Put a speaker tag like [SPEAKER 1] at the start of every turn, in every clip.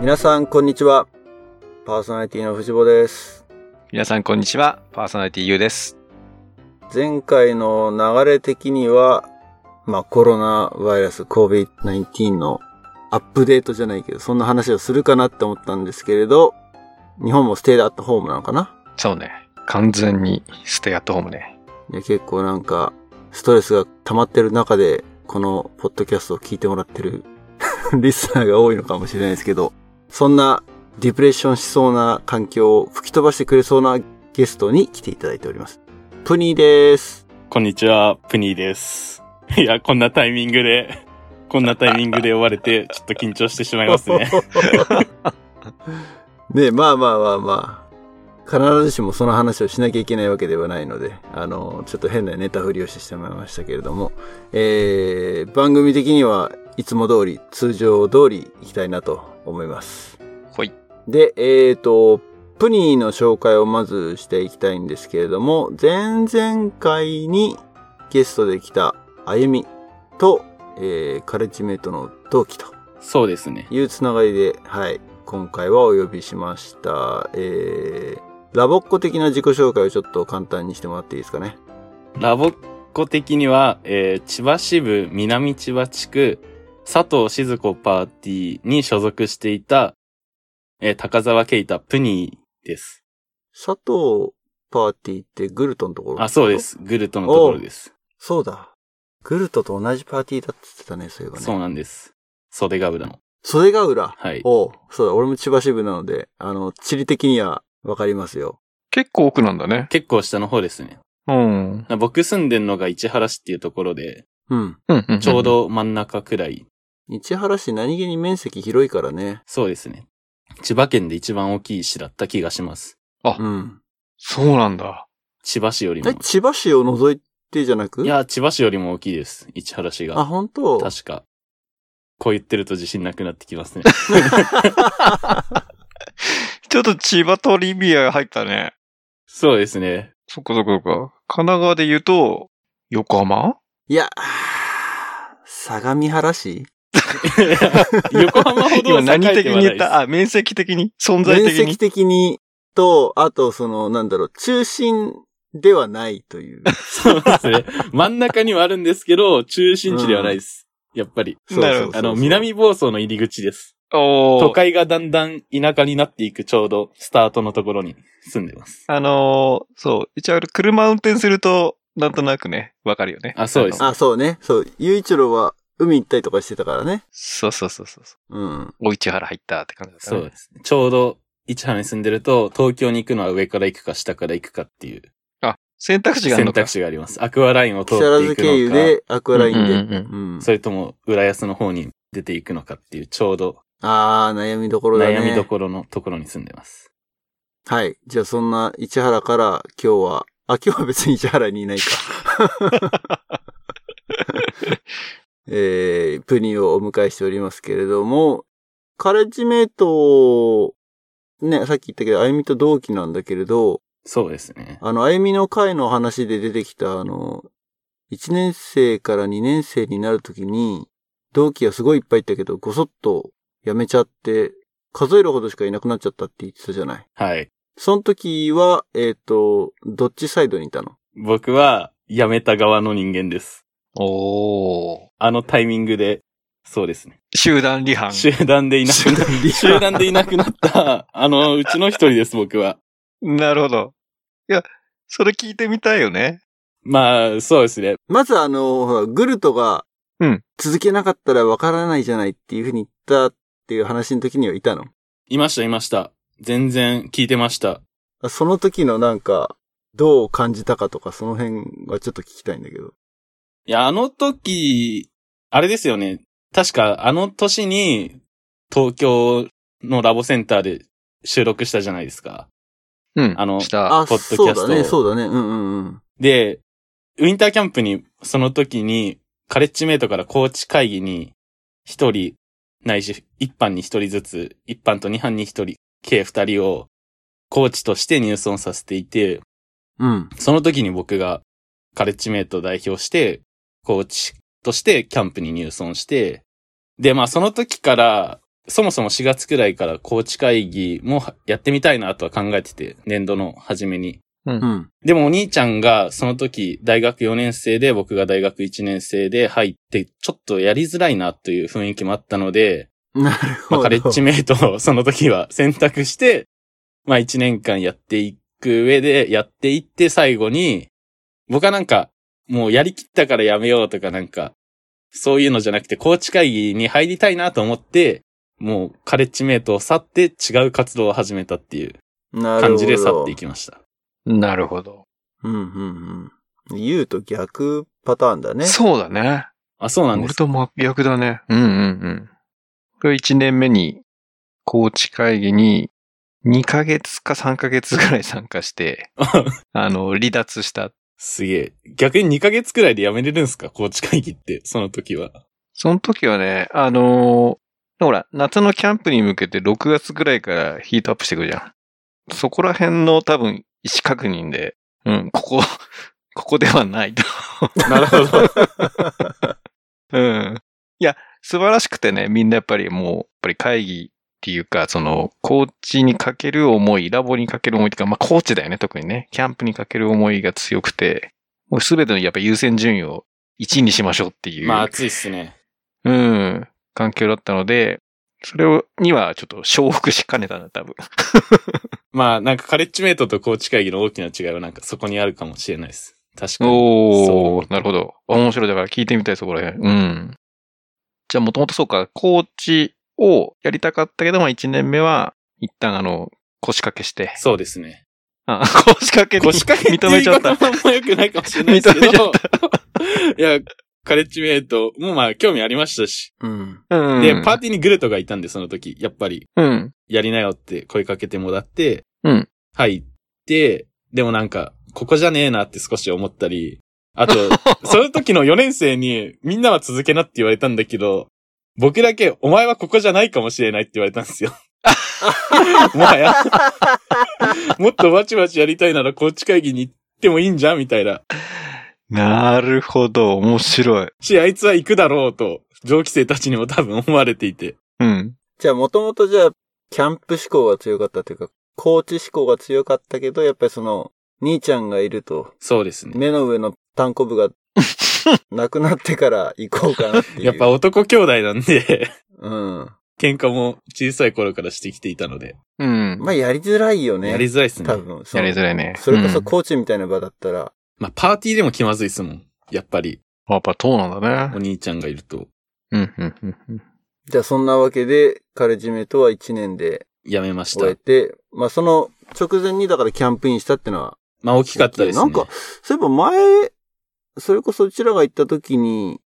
[SPEAKER 1] 皆さん、こんにちは。パーソナリティの藤坊です。
[SPEAKER 2] 皆さん、こんにちは。パーソナリティ U です。
[SPEAKER 1] 前回の流れ的には、まあ、コロナウイルス COVID-19 のアップデートじゃないけど、そんな話をするかなって思ったんですけれど、日本もステイアットホームなのかな
[SPEAKER 2] そうね。完全にステイアットホームね。
[SPEAKER 1] で結構なんか、ストレスが溜まってる中で、このポッドキャストを聞いてもらってる リスナーが多いのかもしれないですけど、そんなディプレッションしそうな環境を吹き飛ばしてくれそうなゲストに来ていただいております。プニーです。
[SPEAKER 3] こんにちは、プニーです。 いや、こんなタイミングで、こんなタイミングで呼ばれて、ちょっと緊張してしまいますね。
[SPEAKER 1] ねえまあまあまあまあ。必ずしもその話をしなきゃいけないわけではないので、あの、ちょっと変なネタ振りをしてしまいましたけれども、えー、番組的にはいつも通り、通常通り行きたいなと思います。
[SPEAKER 2] ほい。
[SPEAKER 1] で、えーと、プニーの紹介をまずしていきたいんですけれども、前々回にゲストで来たあゆみと、えー、カレッジメイトの同期と
[SPEAKER 3] そうですね。
[SPEAKER 1] いうつながりで、はい、今回はお呼びしました。えー、ラボっ子的な自己紹介をちょっと簡単にしてもらっていいですかね。
[SPEAKER 3] ラボっ子的には、えー千葉支部南千葉地区佐藤静子パーティーに所属していた、えー高沢圭太プニーです。
[SPEAKER 1] 佐藤パーティーってグルトのところ
[SPEAKER 3] あ、そうで。す。グルトのところです。
[SPEAKER 1] そうだ。グルトと同じパーティーだって言ってたね、そういえばね。
[SPEAKER 3] そうなんです。袖ヶ浦の。
[SPEAKER 1] 袖ヶ浦。
[SPEAKER 3] はい。
[SPEAKER 1] おうそうだ、俺も千葉支部なので、あの、地理的にはわかりますよ。
[SPEAKER 2] 結構奥なんだね。
[SPEAKER 3] 結構下の方ですね。
[SPEAKER 2] うん。
[SPEAKER 3] 僕住んでんのが市原市っていうところで、
[SPEAKER 1] うん。
[SPEAKER 2] うん、うん。
[SPEAKER 3] ちょう。ど真ん中くらい
[SPEAKER 1] 市原市何気に面積広いからね。
[SPEAKER 3] そうですね。千葉県で一番大きい市だった気がします。
[SPEAKER 1] うん。
[SPEAKER 2] そうなんだ。
[SPEAKER 3] 千葉市よりも
[SPEAKER 1] え、。千葉市を除いてじゃなく
[SPEAKER 3] いや、千葉市よりも大きいです。市原市
[SPEAKER 1] あ、
[SPEAKER 3] が。
[SPEAKER 1] 本当
[SPEAKER 3] 確か。こう言ってると自信なくなってきま すね。
[SPEAKER 2] ちょっと千葉とリビアが入ったね。
[SPEAKER 3] そうです ね。
[SPEAKER 2] そっかそっかそっか。神奈川で言うと、横浜
[SPEAKER 1] いや、あー相模原市
[SPEAKER 3] 横浜ほど
[SPEAKER 2] 今
[SPEAKER 3] は栄
[SPEAKER 2] 何
[SPEAKER 3] え
[SPEAKER 2] 的
[SPEAKER 3] て
[SPEAKER 2] に
[SPEAKER 3] はな
[SPEAKER 2] 言
[SPEAKER 3] い
[SPEAKER 2] っ
[SPEAKER 3] で
[SPEAKER 2] たあ、面積的に存在
[SPEAKER 1] 面
[SPEAKER 2] 的に
[SPEAKER 1] 積的にと、あと、その、なんだろう、中心ではないと いう。
[SPEAKER 3] す。そうですね。真ん中にはあるんですけど、中心地ではないです。やっぱり。
[SPEAKER 1] そうそうそうそう
[SPEAKER 3] あの、南房総の入り口です。
[SPEAKER 2] おー
[SPEAKER 3] 都会がだんだん田舎になっていくちょうどスタートのところに住んでます。
[SPEAKER 2] あのー、そう。一応、車運転すると、なんとなくね、わかるよね。
[SPEAKER 3] あそうです
[SPEAKER 2] の
[SPEAKER 1] あ、そうね。そう。雄一郎は海行ったりとかしてたからね。
[SPEAKER 2] そうそうそうそう。
[SPEAKER 1] うん。
[SPEAKER 2] お市原入ったって感じだった
[SPEAKER 3] そう
[SPEAKER 2] ね
[SPEAKER 3] で。すね。ちょうど、市原に住んでると、東京に行くのは上から行くか下から行くかっていう
[SPEAKER 2] あ、選択肢がある
[SPEAKER 3] 選
[SPEAKER 2] のか
[SPEAKER 3] 択。肢があります。アクアラインを通
[SPEAKER 1] 木
[SPEAKER 3] っ
[SPEAKER 1] 更
[SPEAKER 3] てい
[SPEAKER 1] 津
[SPEAKER 3] く
[SPEAKER 1] 経由
[SPEAKER 3] の
[SPEAKER 1] で、アクアラインで。
[SPEAKER 2] うんうん
[SPEAKER 1] うん
[SPEAKER 3] か、それとも浦安の方に出ていくのかっていう、ちょうど
[SPEAKER 1] あー、悩みどころだね。
[SPEAKER 3] 悩みどころのところに住んでます。
[SPEAKER 1] はい。じゃあそんな市原から今日は、あ、今日は別に市原にいない か。えー、プニーをお迎えしておりますけれども、カレッジメイト、ね、さっき言ったけど、あゆみと同期なんだけれど、
[SPEAKER 3] そうですね。
[SPEAKER 1] あの、あゆみの会の話で出てきた、あの、1年生から2年生になるときに、同期がすごいいっぱいいたけど、ごそっと辞めちゃって、数えるほどしかいなくなっちゃったって言ってたじゃない。
[SPEAKER 3] はい。
[SPEAKER 1] その時は、えっ、と、どっちサイドにいた の
[SPEAKER 3] 僕は、辞めた側の人間です。
[SPEAKER 2] おー。
[SPEAKER 3] あのタイミングで、そうですね。
[SPEAKER 2] 集団離反。
[SPEAKER 3] 集団でいなくなった、集団でいなくなった、あの、うちの一人です、僕は。
[SPEAKER 2] なるほど。いや、それ聞いてみたいよね。
[SPEAKER 3] まあ、そうですね。
[SPEAKER 1] まずあの、ほらグルトが
[SPEAKER 2] うん、
[SPEAKER 1] 続けなかったらわからないじゃないっていうふうに言ったっていう話の時にはいたの
[SPEAKER 3] いました、いました。全然聞いてました。
[SPEAKER 1] その時のなんか、どう感じたかとか、その辺はちょっと聞きたいんだけど。
[SPEAKER 3] いや、あの時、あれですよね。確か、あの年に、東京のラボセンターで収録したじゃないですか。
[SPEAKER 2] うん
[SPEAKER 3] あの
[SPEAKER 2] した。
[SPEAKER 1] あ、
[SPEAKER 3] ポッドキャスト
[SPEAKER 1] そうだね、そうだね、うんうんうん。
[SPEAKER 3] で、ウィンターキャンプに、その時に、カレッジメイトからコーチ会議に、一人、ないし、一班に一人ずつ、一班と二班に一人、計二人を、コーチとして入村させていて、
[SPEAKER 1] うん。
[SPEAKER 3] その時に僕がカレッジメイトを代表して、コーチとしてキャンプに入村して、で、まあその時から、そもそも4月くらいから高知会議もやってみたいなとは考えてて、年度の初めに。
[SPEAKER 2] う。
[SPEAKER 1] うんん。
[SPEAKER 3] でもお兄ちゃんがその時大学4年生で僕が大学1年生で入ってちょっとやりづらいなという雰囲気もあったので、
[SPEAKER 1] なるほ
[SPEAKER 3] ま
[SPEAKER 1] ど。
[SPEAKER 3] あ、カレッジメイトをその時は選択して、まあ1年間やっていく上でやっていって最後に、僕はなんかもうやりきったからやめようとかなんか、そういうのじゃなくて高知会議に入りたいなと思って、もうカレッジメイトを去って違う活動を始めたっていう
[SPEAKER 1] なるほど
[SPEAKER 3] 感じで去っていきました。
[SPEAKER 2] なるほど。
[SPEAKER 1] うんうんうん。言うと逆パターンだね。
[SPEAKER 2] そうだね。
[SPEAKER 3] あ、そうなんで
[SPEAKER 2] 俺
[SPEAKER 3] す。
[SPEAKER 2] と真逆だね。うんうんうん。これ1年目に、高知会議に2ヶ月か3ヶ月ぐらい参加 して、あの、離脱した。
[SPEAKER 3] すげえ。逆に2ヶ月くらいで辞めれるんすか高知会議って、その時は。
[SPEAKER 2] その時はね、あのーほら、夏のキャンプに向けて6月ぐらいからヒートアップしてくるじゃん。そこら辺の多分、意思確認で、うん、こ こ、ここではないと。
[SPEAKER 3] なるほど。
[SPEAKER 2] うん。いや、素晴らしくてね、みんなやっぱりもう、やっぱり会議っていうか、その、コーチにかける思い、ラボにかける思いとか、まあ、コーチだよね、特にね。キャンプにかける思いが強くて、もうすべてのやっぱ優先順位を1位にしましょうっていう、
[SPEAKER 3] まあ暑いっすね。
[SPEAKER 2] うん、環境だったので、それをにはちょっと承服しかねたんだ、多分。
[SPEAKER 3] まあなんかカレッジメイトと高知会議の大きな違いはなんかそこにあるかもしれないです。確かに。
[SPEAKER 2] お
[SPEAKER 3] そ
[SPEAKER 2] ー、なるほど。面白い。だから聞いてみたい、そこら辺。うん。じゃあ、もともとそうか、コーチをやりたかったけど、まあ、1年目は、一旦、あの、腰掛けして。
[SPEAKER 3] そうですね。
[SPEAKER 2] あ、 腰掛けて
[SPEAKER 3] 腰掛けって
[SPEAKER 2] 認めちゃった。
[SPEAKER 3] 言い方も良くないかもしれないです
[SPEAKER 2] 認
[SPEAKER 3] け
[SPEAKER 2] めちゃ
[SPEAKER 3] ど。 いや、カレッジメイトもまあ興味ありましたし。
[SPEAKER 1] うん。
[SPEAKER 2] うん。
[SPEAKER 3] で、パーティーにグルトがいたんで、その時。やっぱり、
[SPEAKER 2] うん。
[SPEAKER 3] やりなよって声かけてもらって、
[SPEAKER 2] うん
[SPEAKER 3] 入って、でもなんか、ここじゃねえなって少し思ったり、あ と、その時の4年生に、みんなは続けなって言われたんだけど、僕だけ、お前はここじゃないかもしれないって言われたんです よ。もはや。もっとバチバチやりたいなら、高知会議に行ってもいいんじゃんみたいな。
[SPEAKER 2] なるほど。面白い。
[SPEAKER 3] し、あいつは行くだろうと、上級生たちにも多分思われていて。
[SPEAKER 2] うん。
[SPEAKER 1] じゃあ、もともとじゃあ、キャンプ志向が強かったというか、コーチ志向が強かったけど、やっぱりその、兄ちゃんがいると、
[SPEAKER 3] そうですね。
[SPEAKER 1] 目の上の単行部 が、なくなってから行こうかなっていう。
[SPEAKER 3] やっぱ、男兄弟なんで、
[SPEAKER 1] うん。
[SPEAKER 3] 喧嘩も小さい頃からしてきていたので、
[SPEAKER 2] うん。
[SPEAKER 1] まあ、やりづらいよね。
[SPEAKER 3] やりづらいっす
[SPEAKER 1] 多
[SPEAKER 3] ね。
[SPEAKER 1] 分。そ
[SPEAKER 2] や
[SPEAKER 1] の
[SPEAKER 2] りづらいね。
[SPEAKER 1] それこそ
[SPEAKER 2] うん
[SPEAKER 1] コーチみたいな場だったら、
[SPEAKER 3] まあ、パーティーでも気まずいっすもん。やっぱり、
[SPEAKER 2] やっぱそうなんだ
[SPEAKER 3] お
[SPEAKER 2] ね。
[SPEAKER 3] 兄ちゃんがいると、
[SPEAKER 2] うん、うん、うんうん。
[SPEAKER 1] じゃあそんなわけで、カレッジメイトは1年で
[SPEAKER 3] やめまし
[SPEAKER 1] 終え
[SPEAKER 3] た。
[SPEAKER 1] て、まあその直前にだからキャンプインしたってのは、
[SPEAKER 3] まあ、大きかったですね。
[SPEAKER 1] なんか、そういえば前、それこそうちらが行った時に、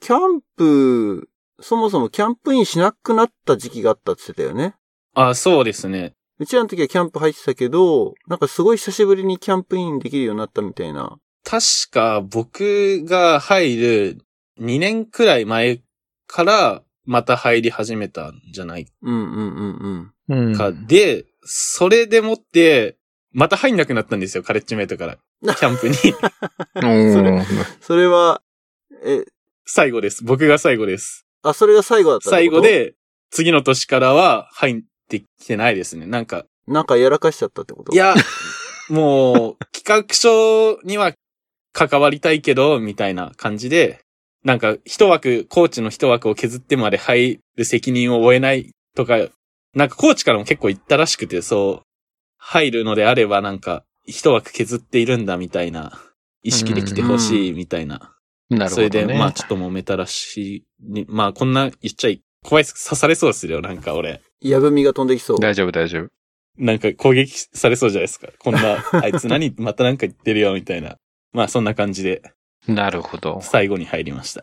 [SPEAKER 1] キャンプ、そもそもキャンプインしなくなった時期があったって言ってたよね。
[SPEAKER 3] あ、そうですね。
[SPEAKER 1] うちらの時はキャンプ入ってたけど、なんかすごい久しぶりにキャンプインできるようになったみたいな。
[SPEAKER 3] 確か、僕が入る2年くらい前から、また入り始めたんじゃない
[SPEAKER 1] うんうんうんうん。
[SPEAKER 2] うん。
[SPEAKER 3] か。で、それでもって、また入んなくなったんですよ、カレッジメイトから。 キャンプに。
[SPEAKER 2] お ー
[SPEAKER 1] それそれは、え、
[SPEAKER 3] 最後です。僕が最後です。
[SPEAKER 1] あ、それが最後だったって
[SPEAKER 3] 最
[SPEAKER 1] こ
[SPEAKER 3] 後
[SPEAKER 1] と。
[SPEAKER 3] で、次の年からは入ってきてないですね。なんか、
[SPEAKER 1] なんかやらかしちゃったってこと
[SPEAKER 3] い、や、もう、企画書には関わりたいけど、みたいな感じで、なんか、一枠、コーチの一枠を削ってまで入る責任を負えないとか、なんかコーチからも結構言ったらしくて、そう、入るのであればなんか、一枠削っているんだ、みたいな、意識で来てほしい、みたいな。
[SPEAKER 2] なる
[SPEAKER 3] そ
[SPEAKER 2] ほ
[SPEAKER 3] れ
[SPEAKER 2] ど
[SPEAKER 3] で、
[SPEAKER 2] ね。
[SPEAKER 3] まあちょっと揉めたらしいに。まあこんな言っちゃい、怖いっす。刺されそうですよ、なんか俺。
[SPEAKER 1] やぶみが飛んできそう。
[SPEAKER 2] 大丈夫、大丈夫。
[SPEAKER 3] なんか攻撃されそうじゃないですか。こんな、 あいつ何、またなんか言ってるよ、みたいな。まあそんな感じで、
[SPEAKER 2] なるほど。
[SPEAKER 3] 最後に入りました。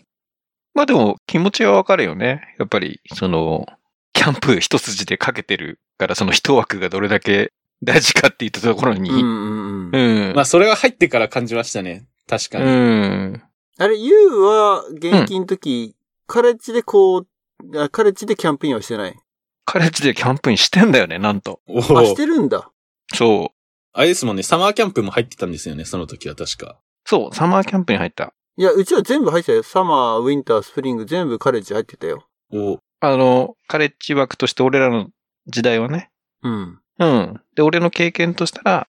[SPEAKER 2] まあでも気持ちはわかるよね。やっぱり、その、キャンプ一筋でかけてるから、その一枠がどれだけ大事かって言ったところに。
[SPEAKER 1] うんうんうん
[SPEAKER 2] う。ん。
[SPEAKER 3] まあそれは入ってから感じましたね。確か
[SPEAKER 2] う
[SPEAKER 3] に。
[SPEAKER 2] ん。
[SPEAKER 1] あれ、ユウは、現役の時、カレッジでこう、あカレッジでキャンプインはしてない。
[SPEAKER 2] カレッジでキャンプインしてんだよね、なんと。
[SPEAKER 3] お
[SPEAKER 1] あ、
[SPEAKER 3] お
[SPEAKER 1] してるんだ。
[SPEAKER 2] そう。
[SPEAKER 3] あれですもんね、サマーキャンプも入ってたんですよね、その時は確か。
[SPEAKER 2] そう、サマーキャンプに入った。
[SPEAKER 1] いや、うちは全部入ってたよ。サマー、ウィンター、スプリング、全部カレッジ入ってたよ。
[SPEAKER 3] お
[SPEAKER 2] あの、カレッジ枠として俺らの時代はね。
[SPEAKER 1] うん。
[SPEAKER 2] うん。で、俺の経験としたら、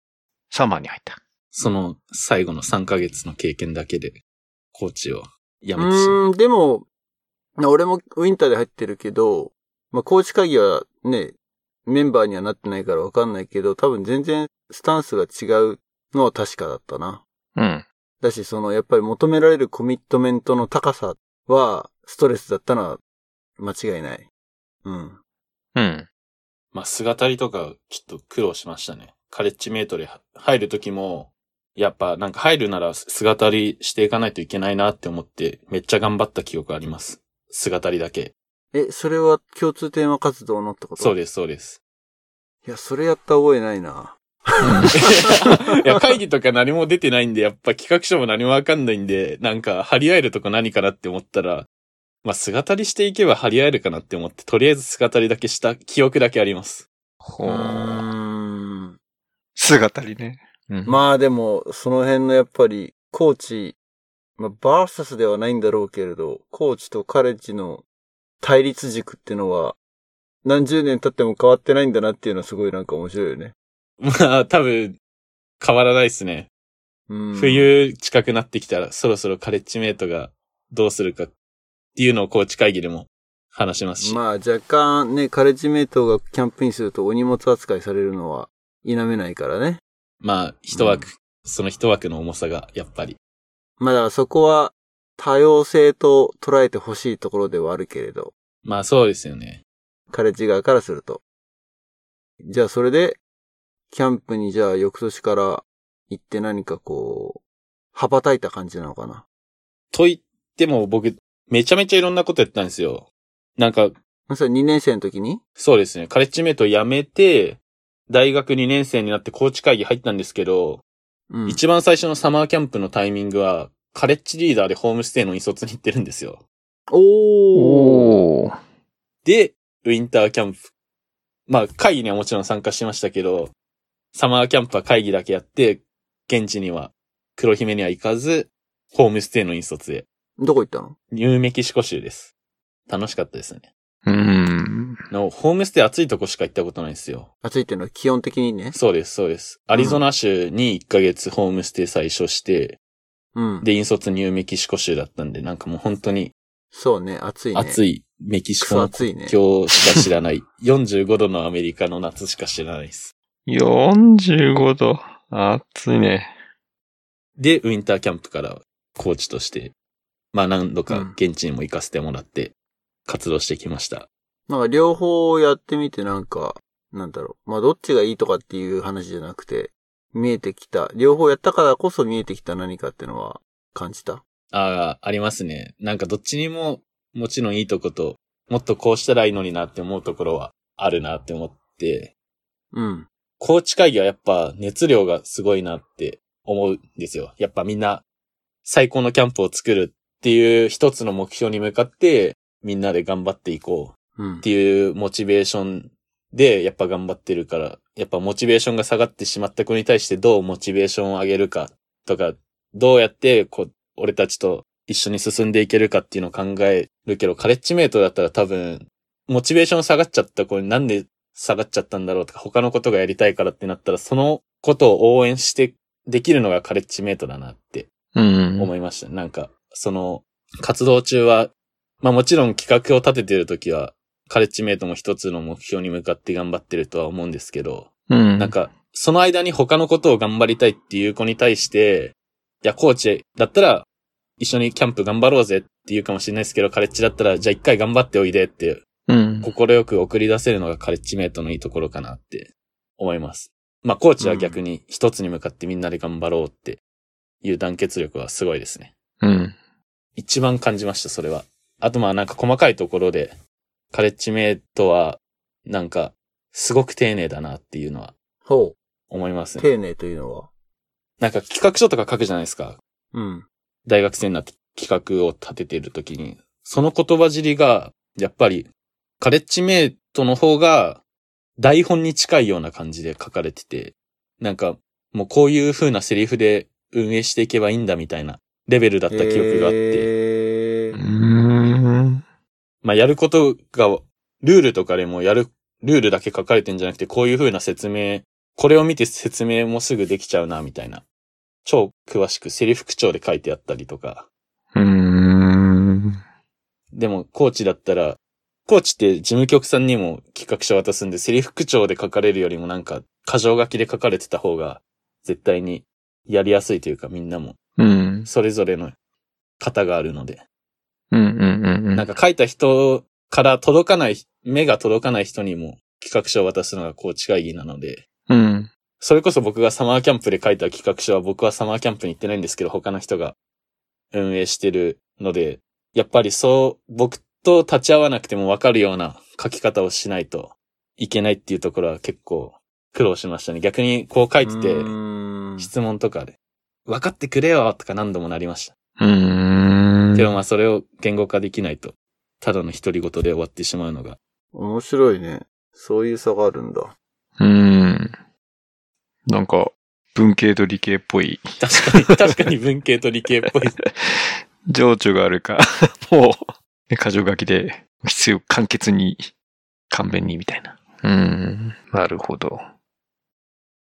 [SPEAKER 2] サマーに入った。
[SPEAKER 3] その最後の3ヶ月の経験だけで、コーチを辞めてしまう。
[SPEAKER 1] うーん、でも、な俺もウィンターで入ってるけど、まあ、コーチ会議はね、メンバーにはなってないからわかんないけど、多分全然スタンスが違うのは確かだったな。
[SPEAKER 2] うん。
[SPEAKER 1] だし、その、やっぱり求められるコミットメントの高さは、ストレスだったのは間違いない。うん。
[SPEAKER 2] うん。
[SPEAKER 3] まあ、姿りとか、ちょっと苦労しましたね。カレッジメイトで入る時も、やっぱなんか入るなら姿りしていかないといけないなって思って、めっちゃ頑張った記憶あります。姿りだけ。
[SPEAKER 1] え、それは共通テーマ活動のってこと
[SPEAKER 3] そう
[SPEAKER 1] で
[SPEAKER 3] です、そうです。
[SPEAKER 1] す。いや、それやった覚えないな。
[SPEAKER 3] いや、会議とか何も出てないんで、やっぱ企画書も何もわかんないんで、なんか張り合えるとこ何かなって思ったら、まあ、姿りしていけば張り合えるかなって思って、とりあえず姿りだけした記憶だけあります。
[SPEAKER 1] う
[SPEAKER 2] ほう。
[SPEAKER 1] ーん。
[SPEAKER 2] 姿にね。うん。
[SPEAKER 1] まあでも、その辺のやっぱり、コーチ、まあ、バーサスではないんだろうけれど、コーチとカレッジの対立軸ってのは、何十年経っても変わってないんだなっていうのはすごいなんか面白いよね。
[SPEAKER 3] まあ、多分、変わらないですね。
[SPEAKER 1] うん。。
[SPEAKER 3] 冬近くなってきたら、そろそろカレッジメイトがどうするかっていうのをコーチ会議でも話しますし。
[SPEAKER 1] まあ若干ね、カレッジメイトがキャンプインするとお荷物扱いされるのは否めないからね。
[SPEAKER 3] まあ、一枠、その一枠の重さが、やっぱり。
[SPEAKER 1] まあだからそこは多様性と捉えてほしいところではあるけれど、
[SPEAKER 3] まあ、そうですよね。
[SPEAKER 1] カレッジ側からすると。じゃあそれで、キャンプにじゃあ翌年から行って何かこう、羽ばたいた感じなのかな。
[SPEAKER 3] と言っても僕、めちゃめちゃいろんなことやったんですよ。なんか、
[SPEAKER 1] それ2年生の時に
[SPEAKER 3] そうですね、カレッジメイトを辞めて、大学2年生になってコーチ会議入ったんですけど、
[SPEAKER 1] うん。
[SPEAKER 3] 一番最初のサマーキャンプのタイミングは、カレッジリーダーでホームステイの引率に行ってるんですよ。
[SPEAKER 1] おー。
[SPEAKER 2] おー。
[SPEAKER 3] で、ウィンターキャンプ。まあ、会議にはもちろん参加しましたけど、サマーキャンプは会議だけやって、現地には、黒姫には行かず、ホームステイの引率へ。
[SPEAKER 1] どこ行ったの
[SPEAKER 3] ニューメキシコ州です。楽しかったですね。
[SPEAKER 2] うん。
[SPEAKER 3] の、ホームステイ暑いとこしか行ったことないんですよ。
[SPEAKER 1] 暑いっていうのは基本的にね。
[SPEAKER 3] そうです、そうです。アリゾナ州に1ヶ月ホームステイ最初して、
[SPEAKER 1] うん。
[SPEAKER 3] で、引率ニューメキシコ州だったんで、なんかもう本当に
[SPEAKER 1] そうね、暑いね。
[SPEAKER 3] 暑
[SPEAKER 1] い。
[SPEAKER 3] いメキシ
[SPEAKER 1] く
[SPEAKER 3] コ
[SPEAKER 1] そ
[SPEAKER 3] の
[SPEAKER 1] 暑いね。
[SPEAKER 3] 今日しか知らない。45度 のアメリカの夏しか知らないです。
[SPEAKER 2] 45度。暑いね。
[SPEAKER 3] で、ウィンターキャンプからコーチとして、まあ何度か現地にも行かせてもらって、活動してきました。
[SPEAKER 1] なんか両方やってみてなんか、なんだろう。まあどっちがいいとかっていう話じゃなくて、見えてきた、両方やったからこそ見えてきた何かってのは感じた。
[SPEAKER 3] ああ、ありますね。なんかどっちにももちろんいいとこと、もっとこうしたらいいのになって思うところはあるなって思って、
[SPEAKER 1] うん。
[SPEAKER 3] コーチ会議はやっぱ熱量がすごいなって思うんですよ。やっぱみんな最高のキャンプを作るっていう一つの目標に向かってみんなで頑張っていこう
[SPEAKER 1] うん
[SPEAKER 3] って。いうモチベーションでやっぱ頑張ってるから、やっぱモチベーションが下がってしまった子に対してどうモチベーションを上げるかとか、どうやってこう、俺たちと一緒に進んでいけるかっていうのを考えるけど、カレッジメイトだったら多分、モチベーション下がっちゃった子になんで下がっちゃったんだろうとか、他のことがやりたいからってなったら、そのことを応援してできるのがカレッジメイトだなって
[SPEAKER 2] うん。
[SPEAKER 3] 思いました。なんか、その、活動中は、まあもちろん企画を立ててるときは、カレッジメイトも一つの目標に向かって頑張ってるとは思うんですけど、
[SPEAKER 2] うん。
[SPEAKER 3] なんか、その間に他のことを頑張りたいっていう子に対して、いや、コーチだったら、一緒にキャンプ頑張ろうぜって言うかもしれないですけど、カレッジだったら、じゃあ一回頑張っておいでって、
[SPEAKER 2] うん。
[SPEAKER 3] 心よく送り出せるのがカレッジメイトのいいところかなって思います。まあ、コーチは逆に一つに向かってみんなで頑張ろうっていう団結力はすごいですね。
[SPEAKER 2] うん。
[SPEAKER 3] 一番感じました、それは。あとまあなんか細かいところで、カレッジメイトは、なんか、すごく丁寧だなっていうのは
[SPEAKER 1] ほ
[SPEAKER 3] 思います
[SPEAKER 1] う。
[SPEAKER 3] ね。
[SPEAKER 1] 丁寧というのは。
[SPEAKER 3] なんか企画書とか書くじゃないですか。
[SPEAKER 1] うん。
[SPEAKER 3] 大学生になって企画を立てているときに、その言葉尻が、やっぱり、カレッジメイトの方が、台本に近いような感じで書かれてて、なんか、もうこういう風なセリフで運営していけばいいんだみたいなレベルだった記憶があって、
[SPEAKER 1] へ
[SPEAKER 2] う
[SPEAKER 1] ー
[SPEAKER 2] ん。
[SPEAKER 3] まあ、やることが、ルールとかでもやる、ルールだけ書かれてんじゃなくて、こういう風な説明、これを見て説明もすぐできちゃうな、みたいな。超詳しく、セリフ口調で書いてあったりとか。
[SPEAKER 2] うーん。
[SPEAKER 3] でも、コーチだったら、コーチって事務局さんにも企画書渡すんで、セリフ口調で書かれるよりもなんか、箇条書きで書かれてた方が、絶対にやりやすいというか、みんなも、
[SPEAKER 2] うん。
[SPEAKER 3] それぞれの型があるので。
[SPEAKER 2] うんうんうんうん。
[SPEAKER 3] なんか書いた人から届かない、目が届かない人にも企画書を渡すのがコーチ会議なので、
[SPEAKER 2] うん。
[SPEAKER 3] それこそ僕がサマーキャンプで書いた企画書は僕はサマーキャンプに行ってないんですけど、他の人が運営してるので、やっぱりそう、僕と立ち会わなくてもわかるような書き方をしないといけないっていうところは結構苦労しましたね。逆にこう書いてて
[SPEAKER 1] う、ーん
[SPEAKER 3] 質問とかで、分かってくれよとか何度もなりました。
[SPEAKER 2] うーん。
[SPEAKER 3] でもまあそれを言語化できないと、ただの独り言で終わってしまうのが。
[SPEAKER 1] 面白いね。そういう差があるんだ。
[SPEAKER 2] うん。なんか、文系と理系っぽい、
[SPEAKER 3] 確かに、 確かに文系と理系っ ぽい。
[SPEAKER 2] 情緒があるか、 もう、過剰書きで、必要、簡潔に、簡便に、みたいな。うん。なるほど。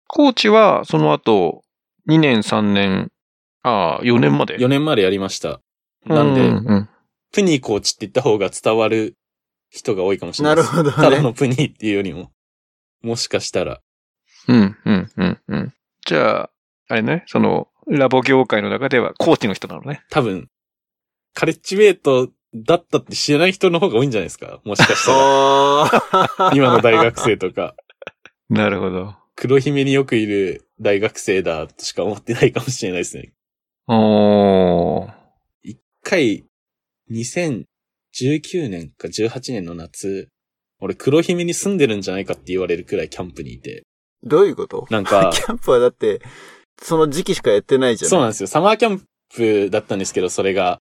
[SPEAKER 2] コーチは、その後、2年、3年、ああ、4年まで。
[SPEAKER 3] 4年までやりました。なん
[SPEAKER 2] う
[SPEAKER 3] で、
[SPEAKER 2] うん
[SPEAKER 3] プニーコーチって言った方が伝わる人が多いかもしれな
[SPEAKER 1] ないる
[SPEAKER 3] です。
[SPEAKER 1] ほど
[SPEAKER 3] ただ
[SPEAKER 1] ね。
[SPEAKER 3] のプニーっていうよりも、もしかしたら、
[SPEAKER 2] うん、うん、うん、うん。じゃあ、あれね、その、ラボ業界の中では、コーチの人なのね。
[SPEAKER 3] 多分、カレッジメイトだったって知らない人の方が多いんじゃないですかもしかしたら。
[SPEAKER 1] ああ。
[SPEAKER 3] 今の大学生とか、
[SPEAKER 2] なるほど。
[SPEAKER 3] 黒姫によくいる大学生だとしか思ってないかもしれないですね。
[SPEAKER 2] おー。
[SPEAKER 3] 一回、2019年か18年の夏、俺黒姫に住んでるんじゃないかって言われるくらいキャンプにいて。
[SPEAKER 1] どういうこと
[SPEAKER 3] なんか
[SPEAKER 1] キ、ャンプはだって、その時期しかやってないじゃん。
[SPEAKER 3] そうなんですよ。サマーキャンプだったんですけど、それが。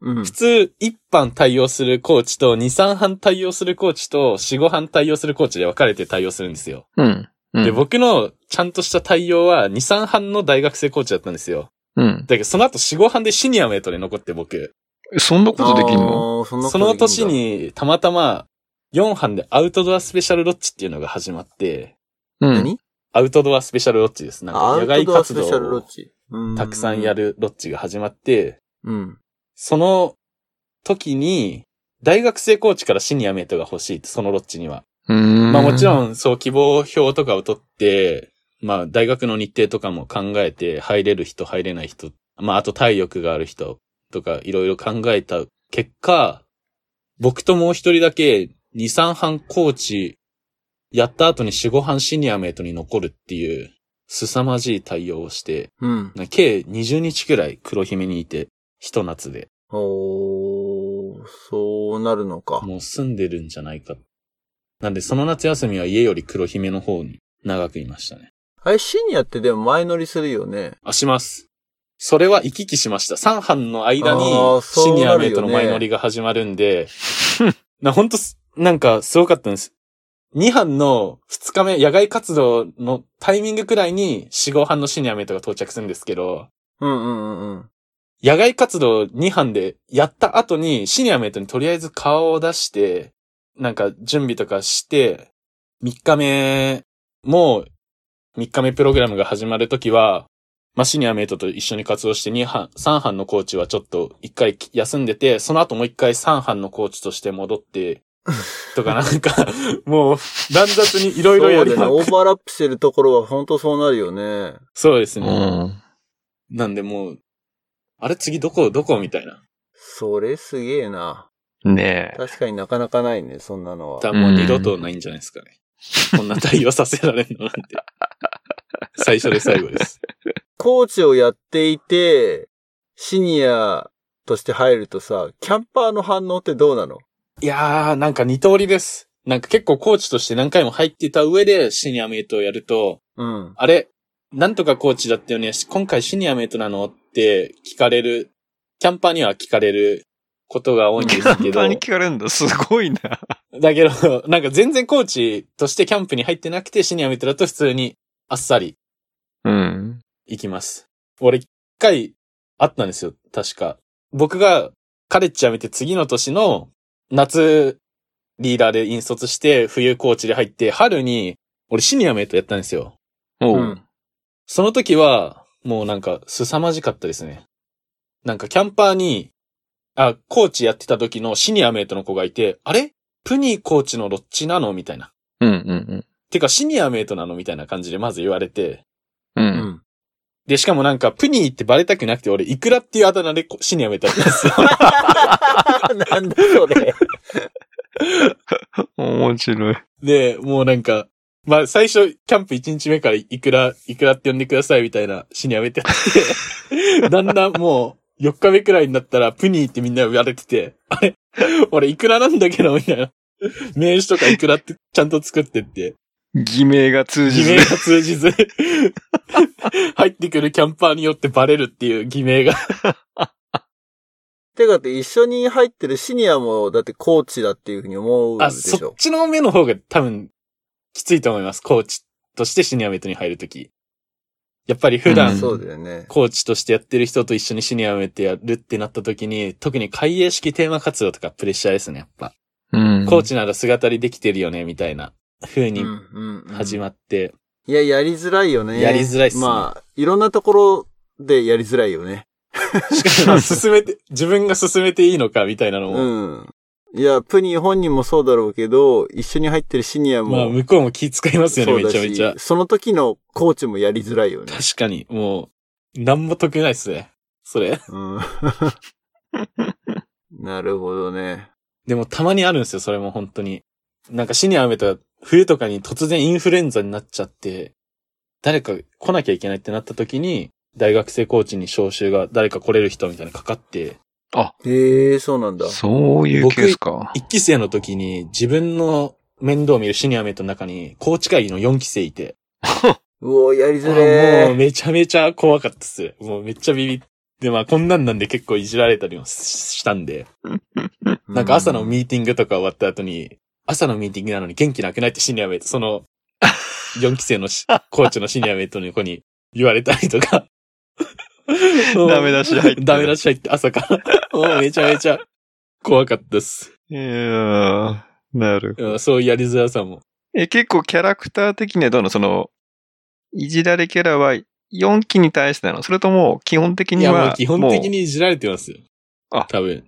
[SPEAKER 1] うん。
[SPEAKER 3] 普通、一班対応するコーチと、二三班対応するコーチと、四五班対応するコーチで分かれて対応するんですよ。
[SPEAKER 2] うん。うん
[SPEAKER 3] で、、僕のちゃんとした対応は、二三班の大学生コーチだったんですよ。
[SPEAKER 2] うん。
[SPEAKER 3] だけど、その後四五班でシニアメイトで残って僕。
[SPEAKER 2] そんなことできんの
[SPEAKER 1] あーそんなことでき
[SPEAKER 3] そ
[SPEAKER 1] ん
[SPEAKER 3] の
[SPEAKER 1] だ
[SPEAKER 3] 年。に、たまたま、4班でアウトドアスペシャルロッジっていうのが始まって、
[SPEAKER 2] うん。
[SPEAKER 1] 何
[SPEAKER 3] アウトドアスペシャルロッジです。なん
[SPEAKER 1] ア
[SPEAKER 3] か野
[SPEAKER 1] ウト
[SPEAKER 3] 外
[SPEAKER 1] ドアス
[SPEAKER 3] 活
[SPEAKER 1] ペシ
[SPEAKER 3] 動
[SPEAKER 1] ャルロ
[SPEAKER 3] を
[SPEAKER 1] ッジ。うー
[SPEAKER 3] たくさんや。るロッジが始まって、
[SPEAKER 1] うん。
[SPEAKER 3] その時に、大学生コーチからシニアメイトが欲しいって、そのロッジには。ま
[SPEAKER 2] ま
[SPEAKER 3] あもち
[SPEAKER 2] ん。
[SPEAKER 3] ろん、そう希望表とかを取って、まあ大学の日程とかも考えて、入れる人、入れない人、まああと体力がある人とかいろいろ考えた結果、僕ともう一人だけ2、3班コーチやった後に4、5班シニアメイトに残るっていう、凄まじい対応をして、
[SPEAKER 1] うん。
[SPEAKER 3] な計20日くらい黒姫にいて、ひと夏で、
[SPEAKER 1] おー、そうなるのか。
[SPEAKER 3] もう住んでるんじゃないか。なんでその夏休みは家より黒姫の方に長くいましたね。
[SPEAKER 1] あれ、シニアってでも前乗りするよね。
[SPEAKER 3] あ、します。それは行き来しました。3班の間に
[SPEAKER 1] あー
[SPEAKER 3] シ
[SPEAKER 1] そう
[SPEAKER 3] ニ
[SPEAKER 1] なる
[SPEAKER 3] ア
[SPEAKER 1] よね
[SPEAKER 3] メイトの前乗りが始まるんで、な、ほんとす、なんかすごかったんです。2班の2日目、野外活動のタイミングくらいに4、5班のシニアメイトが到着するんですけど、
[SPEAKER 1] うんうんうんうん。
[SPEAKER 3] 野外活動2班でやった後にシニアメイトにとりあえず顔を出して、なんか準備とかして、3日目もう3日目プログラムが始まるときは、まあ、シニアメイトと一緒に活動して2班、3班のコーチはちょっと1回休んでて、その後もう1回3班のコーチとして戻って、とかなんか、 もう乱雑にいろいろやり
[SPEAKER 1] そうだ
[SPEAKER 3] ま
[SPEAKER 1] よ
[SPEAKER 3] く
[SPEAKER 1] ね。オーバーラップしてるところは本当そうなるよね。
[SPEAKER 3] そうですね。
[SPEAKER 2] うん。
[SPEAKER 3] なんでもう、あれ次どこどこみたいな。
[SPEAKER 1] それすげえな。
[SPEAKER 2] ねえ。
[SPEAKER 1] 確かになかなかないね、そんなのは。
[SPEAKER 3] だからもう二度とないんじゃないですかね。こんな対応させられるのなんて。最初で最後です。
[SPEAKER 1] コーチをやっていて、シニアとして入るとさ、キャンパーの反応ってどうなの
[SPEAKER 3] いやー、なんか二通りです。なんか結構コーチとして何回も入ってた上でシニアメイトをやると、
[SPEAKER 1] うん。
[SPEAKER 3] あれ、なんとかコーチだったよね、今回シニアメイトなのって聞かれる、キャンパーには聞かれることが多いんですけ
[SPEAKER 2] 簡
[SPEAKER 3] ど、
[SPEAKER 2] 単に聞かれるんだ。すごいな。
[SPEAKER 3] だけど、なんか全然コーチとしてキャンプに入ってなくてシニアメイトだと普通にあっさり
[SPEAKER 2] うん。
[SPEAKER 3] 行きます。俺一回あったんですよ、確か。僕がカレッジ辞めて次の年の夏、リーダーで引率して、冬コーチで入って、春に、俺シニアメイトやったんですよ。
[SPEAKER 2] おう。
[SPEAKER 1] うん
[SPEAKER 3] その時は、もうなんか、凄まじかったですね。なんか、キャンパーに、あ、コーチやってた時のシニアメイトの子がいて、あれプニーコーチのロッチなのみたいな。
[SPEAKER 2] うんうん
[SPEAKER 3] てか、シニアメイトなのみたいな感じでまず言われて。
[SPEAKER 2] うん。う。
[SPEAKER 1] うん ん。
[SPEAKER 3] で、しかもなんか、プニーってバレたくなくて、俺、イクラっていうあだ名でこシニアメイトやったん ですよ。
[SPEAKER 1] なんだそれ。
[SPEAKER 2] 面白い。
[SPEAKER 3] で、もうなんか、まあ最初、キャンプ1日目からいくら、いくらって呼んでくださいみたいなシニアメイトやって、 だんだんもう4日目くらいになったらプニーってみんな言われてて、あれ俺いくらなんだけど、みたいな。名刺とかいくらってちゃんと作ってって、
[SPEAKER 2] 偽名が通じ
[SPEAKER 3] 偽
[SPEAKER 2] ず
[SPEAKER 3] 名。が通じず、 入ってくるキャンパーによってバレるっていう偽名が。
[SPEAKER 1] てかだって一緒に入ってるシニアもだってコーチだっていうふうに思うで
[SPEAKER 3] あ、
[SPEAKER 1] し
[SPEAKER 3] そっ
[SPEAKER 1] ょ。
[SPEAKER 3] ちの目の方が多分、きついと思います。コーチとしてシニアメイトに入るとき。やっぱり普段、
[SPEAKER 2] うん
[SPEAKER 1] そうだよね。
[SPEAKER 3] コーチとしてやってる人と一緒にシニアをやってやるってなった時に、特に開営式テーマ活動とかプレッシャーですね、やっぱ。
[SPEAKER 2] うん
[SPEAKER 3] コーチなら姿りできてるよね、みたいな風に
[SPEAKER 1] うんうん
[SPEAKER 3] 始
[SPEAKER 1] っ
[SPEAKER 3] まって。
[SPEAKER 1] いや、やりづらいよね。
[SPEAKER 3] やりづらいっすね
[SPEAKER 1] まあ、いろんなところでやりづらいよね。
[SPEAKER 3] しかも、進めて、自分が進めていいのか、みたいなのも。
[SPEAKER 1] うん。いや、プニー本人もそうだろうけど、一緒に入ってるシニア
[SPEAKER 3] まあ、
[SPEAKER 1] も、
[SPEAKER 3] 向こうも気遣いますよ
[SPEAKER 1] そう
[SPEAKER 3] ね、め
[SPEAKER 1] だ
[SPEAKER 3] ちゃめちゃ
[SPEAKER 1] し、。その時のコーチもやりづらいよね。
[SPEAKER 3] 確かに、もう、なんも得ないっすね。それ。
[SPEAKER 1] うん。 なるほどね。
[SPEAKER 3] でも、たまにあるんですよ、それも本当に。なんか、シニアをめたら、冬とかに突然インフルエンザになっちゃって、誰か来なきゃいけないってなった時に、大学生コーチに招集が誰か来れる人みたいなのかかって、
[SPEAKER 1] へえ、そうなんだ。
[SPEAKER 2] そういうケースか。
[SPEAKER 3] 1期生の時に自分の面倒を見るシニアメイトの中に、コーチ会議の4期生いて、
[SPEAKER 1] うお、やり
[SPEAKER 3] あ
[SPEAKER 1] づ
[SPEAKER 3] もう
[SPEAKER 1] れー。
[SPEAKER 3] めちゃめちゃ怖かったっす。もうめっちゃビビって、まあこんなんなんで結構いじられたりもしたんで、なんか朝のミーティングとか終わった後に、朝のミーティングなのに元気なくないってシニアメイト、その、4期生のしコーチのシニアメイトの子に言われたりとか。
[SPEAKER 2] ダメ出し入ってる
[SPEAKER 3] ダメ出し入って 朝から。もうめちゃめちゃ怖かったっす。
[SPEAKER 2] いやーなるほど
[SPEAKER 3] うんそういうやりづらさも。
[SPEAKER 2] え、結構キャラクター的にはどうなのその、いじられキャラは4期に対してなのそれとも基本的
[SPEAKER 3] い
[SPEAKER 2] に
[SPEAKER 3] や
[SPEAKER 2] は
[SPEAKER 3] もう基本的
[SPEAKER 2] もう
[SPEAKER 3] にいじられてますよ。
[SPEAKER 2] あ
[SPEAKER 3] 多分。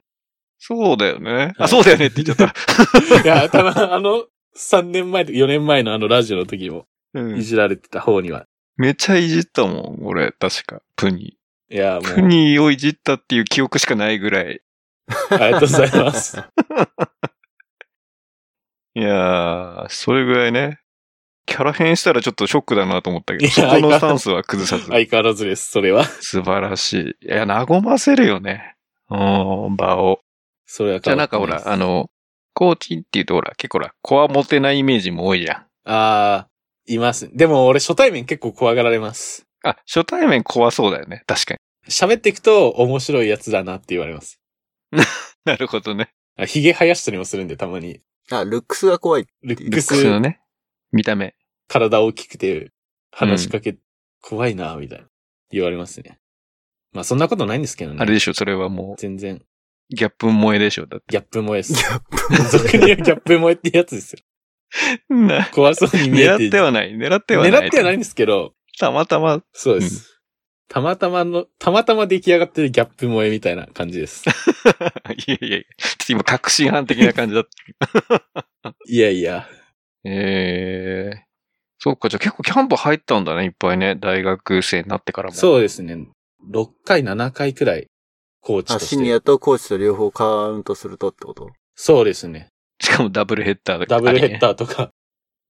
[SPEAKER 2] そうだよね。あ、
[SPEAKER 3] はい
[SPEAKER 2] そうだよねって言っちゃった。
[SPEAKER 3] いや、たま、あの、3年前と4年前のあのラジオの時も
[SPEAKER 2] う
[SPEAKER 3] い
[SPEAKER 2] ん
[SPEAKER 3] じられてた方には。
[SPEAKER 2] めっちゃいじったもん、俺、確か。プニ
[SPEAKER 3] いや、も
[SPEAKER 2] ー。プ
[SPEAKER 3] う、
[SPEAKER 2] ニーをいじったっていう記憶しかないぐらい。
[SPEAKER 3] ありがとうございます。
[SPEAKER 2] いやー、それぐらいね。キャラ変したらちょっとショックだなと思ったけ
[SPEAKER 3] い
[SPEAKER 2] ど、
[SPEAKER 3] や
[SPEAKER 2] そこのスタンスは崩さず。
[SPEAKER 3] 相変わらずです、それは。
[SPEAKER 2] 素晴らしい。いや、和ませるよね。うん、場を。
[SPEAKER 3] それは
[SPEAKER 2] じゃあ
[SPEAKER 3] 変わ
[SPEAKER 2] なん
[SPEAKER 3] って
[SPEAKER 2] か
[SPEAKER 3] い
[SPEAKER 2] ほ
[SPEAKER 3] です
[SPEAKER 2] ら、あ、の、コーチっていうとほら、結構ほら、こわもてないイメージも多いじゃん。
[SPEAKER 3] ああ、います。でも俺初対面結構怖がられます。
[SPEAKER 2] あ、初対面怖そうだよね。確かに。
[SPEAKER 3] 喋っていくと面白いやつだなって言われます。
[SPEAKER 2] なるほどね。
[SPEAKER 3] あ髭生やしたりもするんで、たまに。
[SPEAKER 1] あ、ルックスが怖い。
[SPEAKER 3] ルッ
[SPEAKER 2] ル
[SPEAKER 3] ク
[SPEAKER 2] ックスの
[SPEAKER 3] ス、
[SPEAKER 2] ね、見た目。
[SPEAKER 3] 体大きくて、話しかけ、怖いな、みたいな。言われますね。まあそんなことないんですけどね。
[SPEAKER 2] あれでしょ、それはも
[SPEAKER 3] 全然、
[SPEAKER 2] う、ギャップ萌えでしょ、だって。
[SPEAKER 3] ギャップ萌えです。
[SPEAKER 1] プ
[SPEAKER 3] 俗に言うギャップ萌えってやつですよ。
[SPEAKER 2] な
[SPEAKER 3] 怖そうに見えて。
[SPEAKER 2] 狙ってはない、狙ってはない。
[SPEAKER 3] 狙ってはないんですけど、
[SPEAKER 2] たま たま、
[SPEAKER 3] そうです。たまたまの、たまたま出来上がってるギャップ萌えみたいな感じです。
[SPEAKER 2] いやいやいや、ちょっと今、確信犯的な感じだった。
[SPEAKER 3] いやいや。
[SPEAKER 2] ええー。そっか、じゃあ結構キャンプ入ったんだね、いっぱいね。大学生になってからも。う。
[SPEAKER 3] そうですね。6回、7回くらい、コーチ
[SPEAKER 1] あ、
[SPEAKER 3] とし
[SPEAKER 1] シ
[SPEAKER 3] て。
[SPEAKER 1] ニアとコーチと両方カウントするとってこと
[SPEAKER 3] そうですね。
[SPEAKER 2] しかもダブルヘッダーだ
[SPEAKER 3] ダブルヘッ
[SPEAKER 2] ー。
[SPEAKER 3] ダーとか。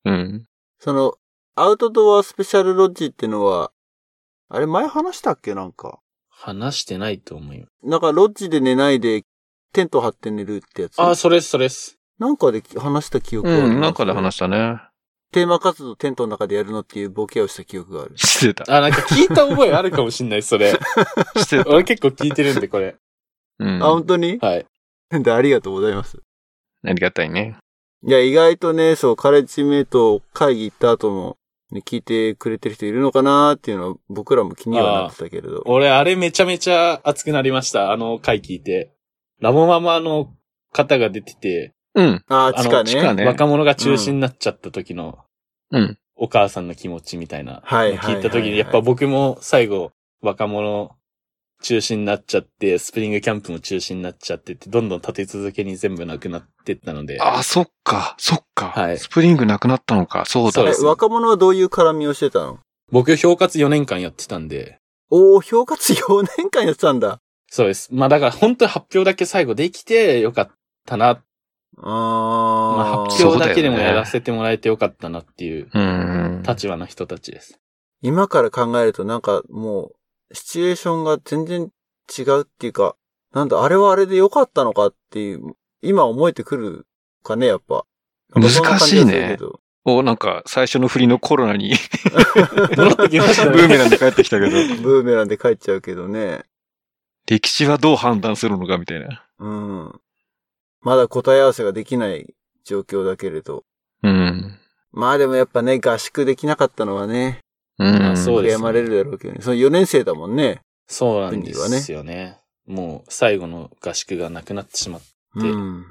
[SPEAKER 2] うん。
[SPEAKER 1] その、アウトドアスペシャルロッジってのは、あれ前話したっけなんか。
[SPEAKER 3] 話してないと思うよ。
[SPEAKER 1] なんかロッジで寝ないで、テント張って寝るってやつ。
[SPEAKER 3] あ、それです、それです。
[SPEAKER 1] なんかで話した記憶がある
[SPEAKER 2] うん、なんかで話
[SPEAKER 1] し
[SPEAKER 2] したね。
[SPEAKER 1] テーマ活動テントの中でやるのっていうボケをした記憶がある。
[SPEAKER 2] して た。
[SPEAKER 3] あ、なんか聞いた覚えあるかもしんない、それ。
[SPEAKER 2] してた。
[SPEAKER 3] 俺結構聞いてるんで、これ。
[SPEAKER 2] うん。
[SPEAKER 1] あ、本当に
[SPEAKER 3] はい。
[SPEAKER 1] で、ありがとうございます。
[SPEAKER 2] ありがたいね。
[SPEAKER 1] いや、意外とね、そう、カレッジメイト会議行った後も、ね、聞いてくれてる人いるのかなーっていうのは僕らも気にはなってたけれど。
[SPEAKER 3] 俺、あれめちゃめちゃ熱くなりました。あの回聞いて。ラボママの方が出てて、
[SPEAKER 2] うん。
[SPEAKER 1] あ
[SPEAKER 3] あ
[SPEAKER 1] あ、
[SPEAKER 3] の
[SPEAKER 1] 地下ね。
[SPEAKER 2] 地下ね
[SPEAKER 3] 若者が中心になっちゃった時の
[SPEAKER 2] うん。
[SPEAKER 3] お母さんの気持ちみたいな、
[SPEAKER 1] はいはいはいはい
[SPEAKER 3] 聞いた時に、やっぱ僕も最後、若者中心になっちゃって、スプリングキャンプも中心になっちゃってって、どんどん立て続けに全部なくなってったので、
[SPEAKER 2] ああ、そっか、そっか。
[SPEAKER 3] はい
[SPEAKER 2] スプリングなくなったのか、そう
[SPEAKER 3] そう
[SPEAKER 2] だ
[SPEAKER 3] で
[SPEAKER 1] え。
[SPEAKER 3] す
[SPEAKER 1] 若者はどういう絡みをしてたの
[SPEAKER 3] 僕、評価4年間やってたんで、
[SPEAKER 1] おお、評価値4年間やってたんだ。
[SPEAKER 3] そうです。まあだから本当に発表だけ最後できてよかったな。
[SPEAKER 1] あ
[SPEAKER 3] まあ
[SPEAKER 1] あ、
[SPEAKER 3] 発表だけでも
[SPEAKER 2] そうだよね
[SPEAKER 3] やらせてもらえてよかったなっていう
[SPEAKER 2] うん。
[SPEAKER 3] 立場の人たちです。
[SPEAKER 1] 今から考えるとなんかもう、シチュエーションが全然違うっていうか、なんだ、あれはあれで良かったのかっていう、今思えてくるかね、やっぱ。
[SPEAKER 2] 難しいね
[SPEAKER 1] なんかそんな感じがするけど
[SPEAKER 2] お、なんか、最初の振りのコロナに、
[SPEAKER 3] 戻ってきまし
[SPEAKER 2] ブ
[SPEAKER 3] た
[SPEAKER 2] ー
[SPEAKER 3] ね。
[SPEAKER 2] メランで帰ってきたけど、
[SPEAKER 1] ブーメランで帰っちゃうけどね。
[SPEAKER 2] 歴史はどう判断するのかみたいな。
[SPEAKER 1] うん。まだ答え合わせができない状況だけれど。
[SPEAKER 2] うん。
[SPEAKER 1] まあでもやっぱね、合宿できなかったのはね、
[SPEAKER 2] うん。
[SPEAKER 3] あそうですね
[SPEAKER 1] 悔やまれるだろうけどね。その4年生だもんね。
[SPEAKER 3] そうなんですよね。もう最後の合宿がなくなってしまっで
[SPEAKER 1] うん。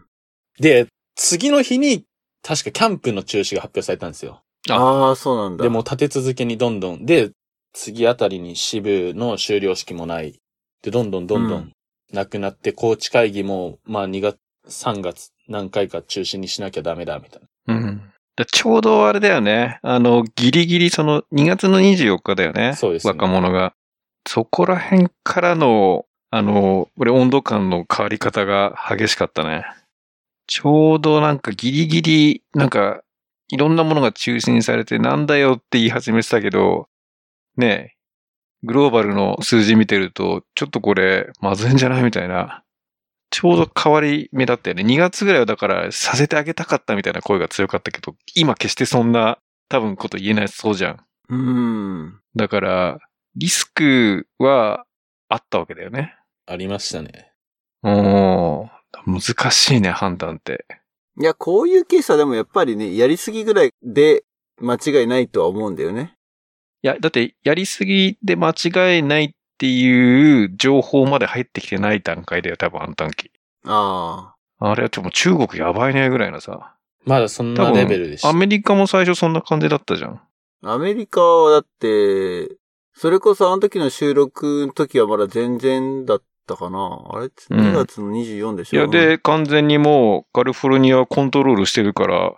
[SPEAKER 3] て、次の日に確かキャンプの中止が発表されたんですよ。
[SPEAKER 1] ああ、そうなんだ。
[SPEAKER 3] でもう立て続けにどんどん。で、次あたりに支部の終了式もない。で、どんどんどんど
[SPEAKER 1] うん
[SPEAKER 3] なくなって、高知会議も、まあ2月、3月何回か中止にしなきゃダメだ、みたいな。
[SPEAKER 2] うん。だちょうどあれだよね。あの、ギリギリその2月の24日だよね。
[SPEAKER 3] そうですね
[SPEAKER 2] 若者が。そこら辺からの、あの、俺温度感の変わり方が激しかったね。ちょうどなんかギリギリ、なんか、いろんなものが中心されてなんだよって言い始めてたけど、ねえ、グローバルの数字見てると、ちょっとこれ、まずいんじゃないみたいな。ちょうど変わり目だったよね。2月ぐらいはだから、させてあげたかったみたいな声が強かったけど、今決してそんな、多分こと言えないそうじゃん。
[SPEAKER 1] うん。
[SPEAKER 2] だから、リスクはあったわけだよね。
[SPEAKER 3] ありましたね。
[SPEAKER 2] おー難しいね、判断って。
[SPEAKER 1] いや、こういうケースはでもやっぱりね、やりすぎぐらいで間違いないとは思うんだよね。
[SPEAKER 2] いや、だって、やりすぎで間違いないっていう情報まで入ってきてない段階だよ、多分、あの短期。
[SPEAKER 1] あ
[SPEAKER 2] あれはちょっともう中国やばいね、ぐらいなさ。
[SPEAKER 3] まだそん
[SPEAKER 2] 多
[SPEAKER 3] な
[SPEAKER 2] 分
[SPEAKER 3] レベルでした。
[SPEAKER 2] アメリカも最初そんな感じだったじゃん。
[SPEAKER 1] あ。アメリカはだって、それこそあの時の収録の時はまだ全然だったかな。あれ ?2 月の24でし
[SPEAKER 2] い
[SPEAKER 1] ょ、
[SPEAKER 2] や、で、完全にもうカリフォルニアはコントロールしてるから、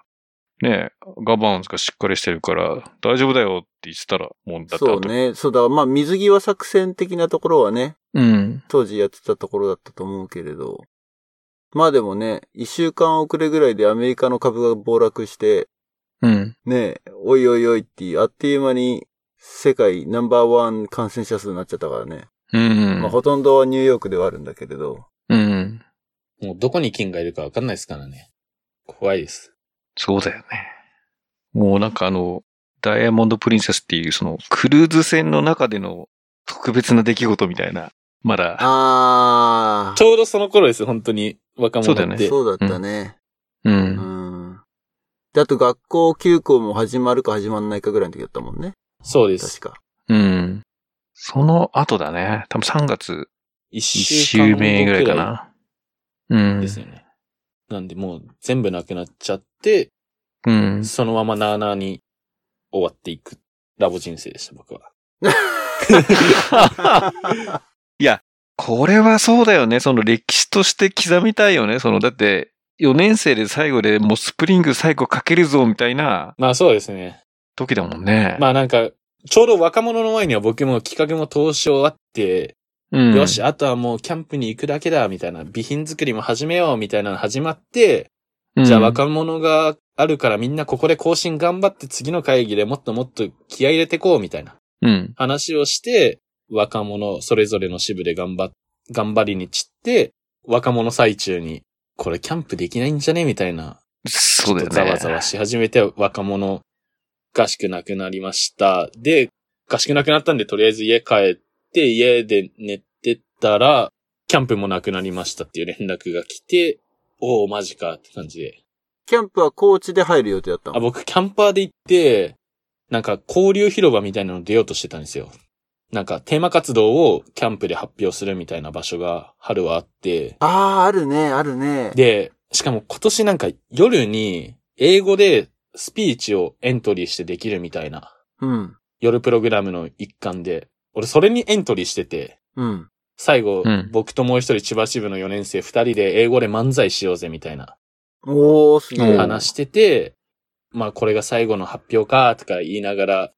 [SPEAKER 2] ね、ガバナンスがしっかりしてるから、大丈夫だよって言ってたら、もうだってあと
[SPEAKER 1] そう。ね。そうだ、まあ水際作戦的なところはね、
[SPEAKER 2] うん。
[SPEAKER 1] 当時やってたところだったと思うけれど。まあでもね、1週間遅れぐらいでアメリカの株が暴落して、
[SPEAKER 2] うん。
[SPEAKER 1] ねえ、おいおいおいっていう、あっという間に世界ナンバーワン感染者数になっちゃったからね。
[SPEAKER 2] うん。
[SPEAKER 1] まあほとんどはニューヨークではあるんだけれど。
[SPEAKER 2] うん。
[SPEAKER 3] もうどこに金がいるかわかんないですからね。怖いです。
[SPEAKER 2] そうだよね。もうなんかあの、ダイヤモンドプリンセスっていうそのクルーズ船の中での特別な出来事みたいな、まだ、
[SPEAKER 1] あ
[SPEAKER 3] ちょうどその頃です、本当に。若
[SPEAKER 2] そ
[SPEAKER 3] 者
[SPEAKER 2] うだよ
[SPEAKER 3] っ
[SPEAKER 2] ね
[SPEAKER 1] ー、
[SPEAKER 3] て。
[SPEAKER 1] そうだったね。
[SPEAKER 2] う。
[SPEAKER 1] うんん。だと学校休校も始まるか始まんないかぐらいの時だったもんね。
[SPEAKER 3] そうです
[SPEAKER 1] 確。か。
[SPEAKER 2] うん。その後だね。多分3月
[SPEAKER 3] 一
[SPEAKER 2] 1
[SPEAKER 3] 週間
[SPEAKER 2] 週
[SPEAKER 3] 後くら
[SPEAKER 2] 目
[SPEAKER 3] い
[SPEAKER 2] ぐらいかな。うん。
[SPEAKER 3] ですよね。なんでもう全部なくなっちゃって、
[SPEAKER 2] うん。
[SPEAKER 3] そのままなあなあに終わっていくラボ人生でした、僕は。
[SPEAKER 2] これはそうだよね。その歴史として刻みたいよね。その、だって、4年生で最後でもうスプリング最後かけるぞみたいな
[SPEAKER 3] まあそうですね。
[SPEAKER 2] 時だもんね。
[SPEAKER 3] まあなんか、ちょうど若者の前には僕も企画も投資終わって、
[SPEAKER 2] うん、
[SPEAKER 3] よし、あとはもうキャンプに行くだけだ、みたいな、備品作りも始めよう、みたいなの始まって、
[SPEAKER 2] うん、
[SPEAKER 3] じゃあ若者があるからみんなここで更新頑張って次の会議でもっともっと気合い入れてこう、みたいな。
[SPEAKER 2] うん。
[SPEAKER 3] 話をして、若者、それぞれの支部で頑張っ、頑張りに散って、若者最中に、これキャンプできないんじゃねみたいな、
[SPEAKER 2] そうだよね。
[SPEAKER 3] ざわざわし始めて、若者、合宿なくなりました。で、合宿なくなったんで、とりあえず家帰って、家で寝てたら、キャンプもなくなりましたっていう連絡が来て、おおマジかって感じで。
[SPEAKER 1] キャンプは高知で入る予定だった
[SPEAKER 3] あ、
[SPEAKER 1] の。
[SPEAKER 3] 僕、キャンパーで行って、なんか、交流広場みたいなの出ようとしてたんですよ。なんかテーマ活動をキャンプで発表するみたいな場所が春はあって、
[SPEAKER 1] ああ、あるね、あるね。
[SPEAKER 3] で、しかも今年なんか夜に英語でスピーチをエントリーしてできるみたいな
[SPEAKER 1] うん。
[SPEAKER 3] 夜プログラムの一環で、俺それにエントリーしてて、
[SPEAKER 1] うん。
[SPEAKER 3] 最後、
[SPEAKER 2] うん
[SPEAKER 3] 僕ともう一人千葉支部の4年生2人で英語で漫才しようぜみたいな
[SPEAKER 1] おー、すげえ。
[SPEAKER 2] うん
[SPEAKER 3] 話してて、まあこれが最後の発表かとか言いながら、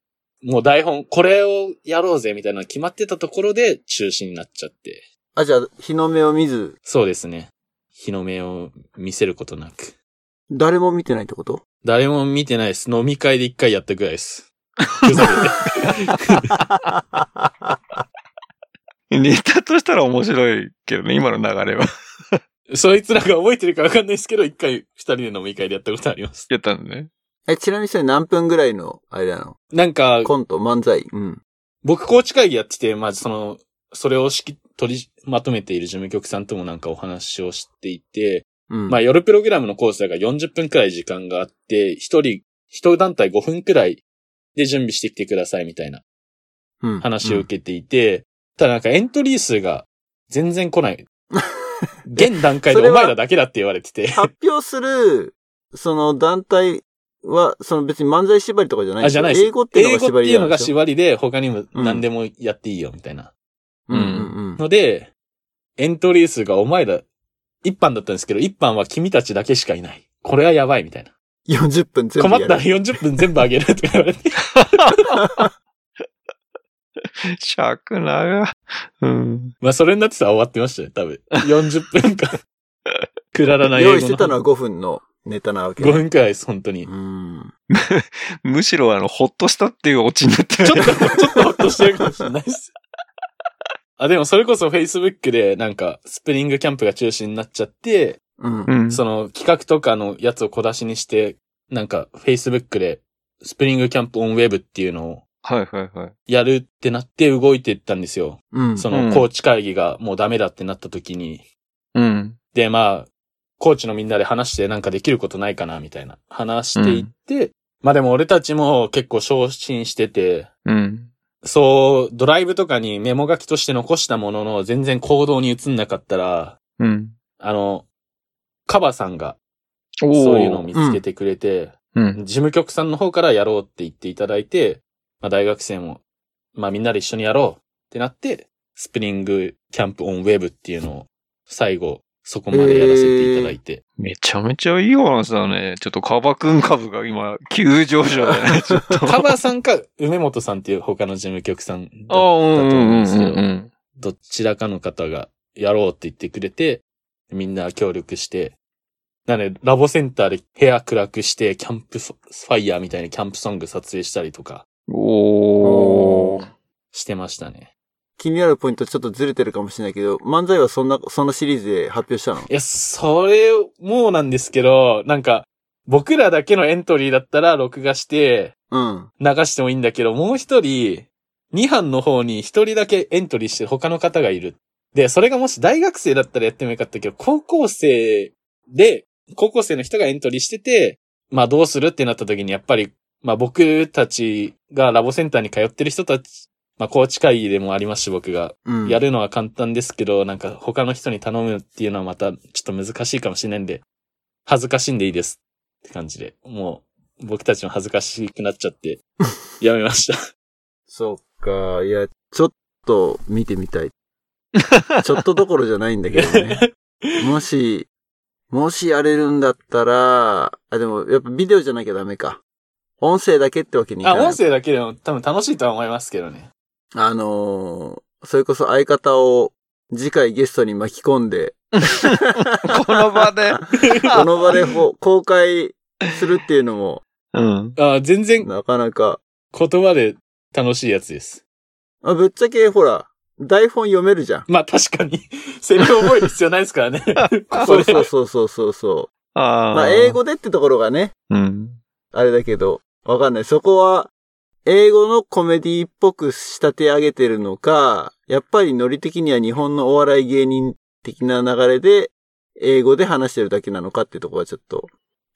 [SPEAKER 3] もう台本これをやろうぜみたいなの決まってたところで中止になっちゃって。
[SPEAKER 1] あ、じゃあ、日の目を見ず、
[SPEAKER 3] そうですね。日の目を見せることなく。
[SPEAKER 1] 誰も見てないってこと
[SPEAKER 3] 誰も見てないです。飲み会で一回やったぐらいです。ふざ けて。
[SPEAKER 2] ネタとしたら面白いけどね、今の流れは。
[SPEAKER 3] そいつらが覚えてるかわかんないですけど、一回二人で飲み会でやったことあります。
[SPEAKER 2] やったんだね。
[SPEAKER 1] え、ちなみにそれ何分ぐらいの、あれなの
[SPEAKER 3] なんか、
[SPEAKER 1] コント、漫才。うん。
[SPEAKER 3] 僕コーチ会議やってて、まあその、それをしき、取りまとめている事務局さんともなんかお話をしていて、
[SPEAKER 1] うん。
[SPEAKER 3] まあ夜プログラムのコースだから40分くらい時間があって、一人、一団体5分くらいで準備してきてくださいみたいな
[SPEAKER 1] うん、
[SPEAKER 3] 話を受けていて、ただなんかエントリー数が全然 来ない。現段階で
[SPEAKER 1] それ
[SPEAKER 3] お
[SPEAKER 1] は
[SPEAKER 3] 前らだけだって言われてて。
[SPEAKER 1] 発表する、その団体は、その別に漫才縛りとかじゃない
[SPEAKER 3] あ、じゃないです。
[SPEAKER 1] 英語っていうのが
[SPEAKER 3] 英語
[SPEAKER 1] 縛
[SPEAKER 3] って
[SPEAKER 1] り
[SPEAKER 3] い
[SPEAKER 1] な
[SPEAKER 3] う
[SPEAKER 1] ん
[SPEAKER 3] の
[SPEAKER 1] で
[SPEAKER 3] が
[SPEAKER 1] しょ
[SPEAKER 3] 縛りで、他にも何でもやっていいよ、みたいな。
[SPEAKER 1] う
[SPEAKER 2] うんん
[SPEAKER 1] うんうん。
[SPEAKER 3] ので、エントリー数がお前ら、一班だったんですけど、一班は君たちだけしかいない。これはやばい、みたいな。
[SPEAKER 1] 40分全部や
[SPEAKER 3] 困っ
[SPEAKER 1] る。
[SPEAKER 3] たら40分全部あげるとか言われて。
[SPEAKER 2] 尺長。うん。
[SPEAKER 3] まあ、それになってたら終わってましたね、多分。40分間。 くだらない英語
[SPEAKER 1] 用
[SPEAKER 3] の
[SPEAKER 1] 意してたのは5分のネタなわけ
[SPEAKER 3] 5
[SPEAKER 1] ね、
[SPEAKER 3] 分くらいです、本当に。
[SPEAKER 1] うん。
[SPEAKER 2] むしろあの、ほっとしたっていうオチになってる
[SPEAKER 3] ちょっと、 ちょっとほっとしてるかもしれないです。あ、でもそれこそ Facebook でなんか、スプリングキャンプが中止になっちゃって、
[SPEAKER 1] うん
[SPEAKER 2] う。ん。
[SPEAKER 3] その企画とかのやつを小出しにして、なんか Facebook でスプリングキャンプオンウェブっていうのを
[SPEAKER 2] はいはいはい。
[SPEAKER 3] やるってなって動いてったんですよ。
[SPEAKER 1] うん。
[SPEAKER 3] そうの
[SPEAKER 2] ん
[SPEAKER 3] コーチ会議がもうダメだってなった時に。
[SPEAKER 2] うん。
[SPEAKER 3] で、まあ、コーチのみんなで話してなんかできることないかなみたいな話していって、まあでも俺たちも結構昇進してて、
[SPEAKER 2] うん。
[SPEAKER 3] そう、ドライブとかにメモ書きとして残したものの全然行動に移んなかったら、
[SPEAKER 2] うん。
[SPEAKER 3] あの、カバさんが
[SPEAKER 2] おー
[SPEAKER 3] そういうのを見つけてくれて、
[SPEAKER 2] うん。
[SPEAKER 3] 事務局さんの方からやろうって言っていただいて、まあ、大学生も、まあみんなで一緒にやろうってなって、スプリングキャンプオンウェブっていうのを最後、そこまでやらせていただいて。
[SPEAKER 2] めちゃめちゃいいお話だね。ちょっとカバくん株が今、急上昇だ ね。ちょっと。
[SPEAKER 3] カバーさんか、梅本さんっていう他の事務局さん
[SPEAKER 2] ああ、うんうんうん
[SPEAKER 3] だと思うん
[SPEAKER 2] う
[SPEAKER 3] で
[SPEAKER 2] ん。
[SPEAKER 3] どちらかの方がやろうって言ってくれて、みんな協力して、なので、ラボセンターで部屋暗くして、キャンプファイヤーみたいなキャンプソング撮影したりとか
[SPEAKER 2] おー。
[SPEAKER 3] してましたね。
[SPEAKER 1] 気になるポイントちょっとずれてるかもしれないけど、漫才はそんな、そのシリーズで発表したの
[SPEAKER 3] いや、それ、もうなんですけど、なんか、僕らだけのエントリーだったら録画して
[SPEAKER 1] うん。
[SPEAKER 3] 流してもいいんだけど、もう一人、2班の方に一人だけエントリーしてる他の方がいる。で、それがもし大学生だったらやってもよかったけど、高校生で、高校生の人がエントリーしてて、まあどうするってなった時にやっぱり、まあ僕たちがラボセンターに通ってる人たち、まあ高知会議でもありますし、僕が。
[SPEAKER 1] うん。
[SPEAKER 3] やるのは簡単ですけど、なんか他の人に頼むっていうのはまたちょっと難しいかもしれないんで、恥ずかしいんでいいですって感じで、もう僕たちも恥ずかしくなっちゃ って、やめました。
[SPEAKER 1] そっか。いや、ちょっと見てみたい。 ちょっとどころじゃないんだけどね。もし、もしやれるんだったら、あ、でもやっぱビデオじゃなきゃダメか。音声だけってわけにい
[SPEAKER 3] あ、
[SPEAKER 1] かない。
[SPEAKER 3] 音声だけでも多分楽しいとは思いますけどね。
[SPEAKER 1] あのーそれこそ相方を次回ゲストに巻き込んで、
[SPEAKER 2] この場で。
[SPEAKER 1] この場でほ公開するっていうの も、
[SPEAKER 2] うん。
[SPEAKER 3] あ全然
[SPEAKER 1] なかなか、
[SPEAKER 3] 言葉で楽しいやつです。
[SPEAKER 1] あぶっちゃけほら、台本読めるじゃん。
[SPEAKER 3] まあ確かに、セリフ覚える必要ないです からね。
[SPEAKER 1] そうそうそうそうそうそう。
[SPEAKER 2] ああ。
[SPEAKER 1] まあ、英。語でってところがね、
[SPEAKER 2] うん。
[SPEAKER 1] あれだけど、わかんない。そこは、英語のコメディっぽく仕立て上げてるのか、やっぱりノリ的には日本のお笑い芸人的な流れで、英語で話してるだけなのかってとこはちょっと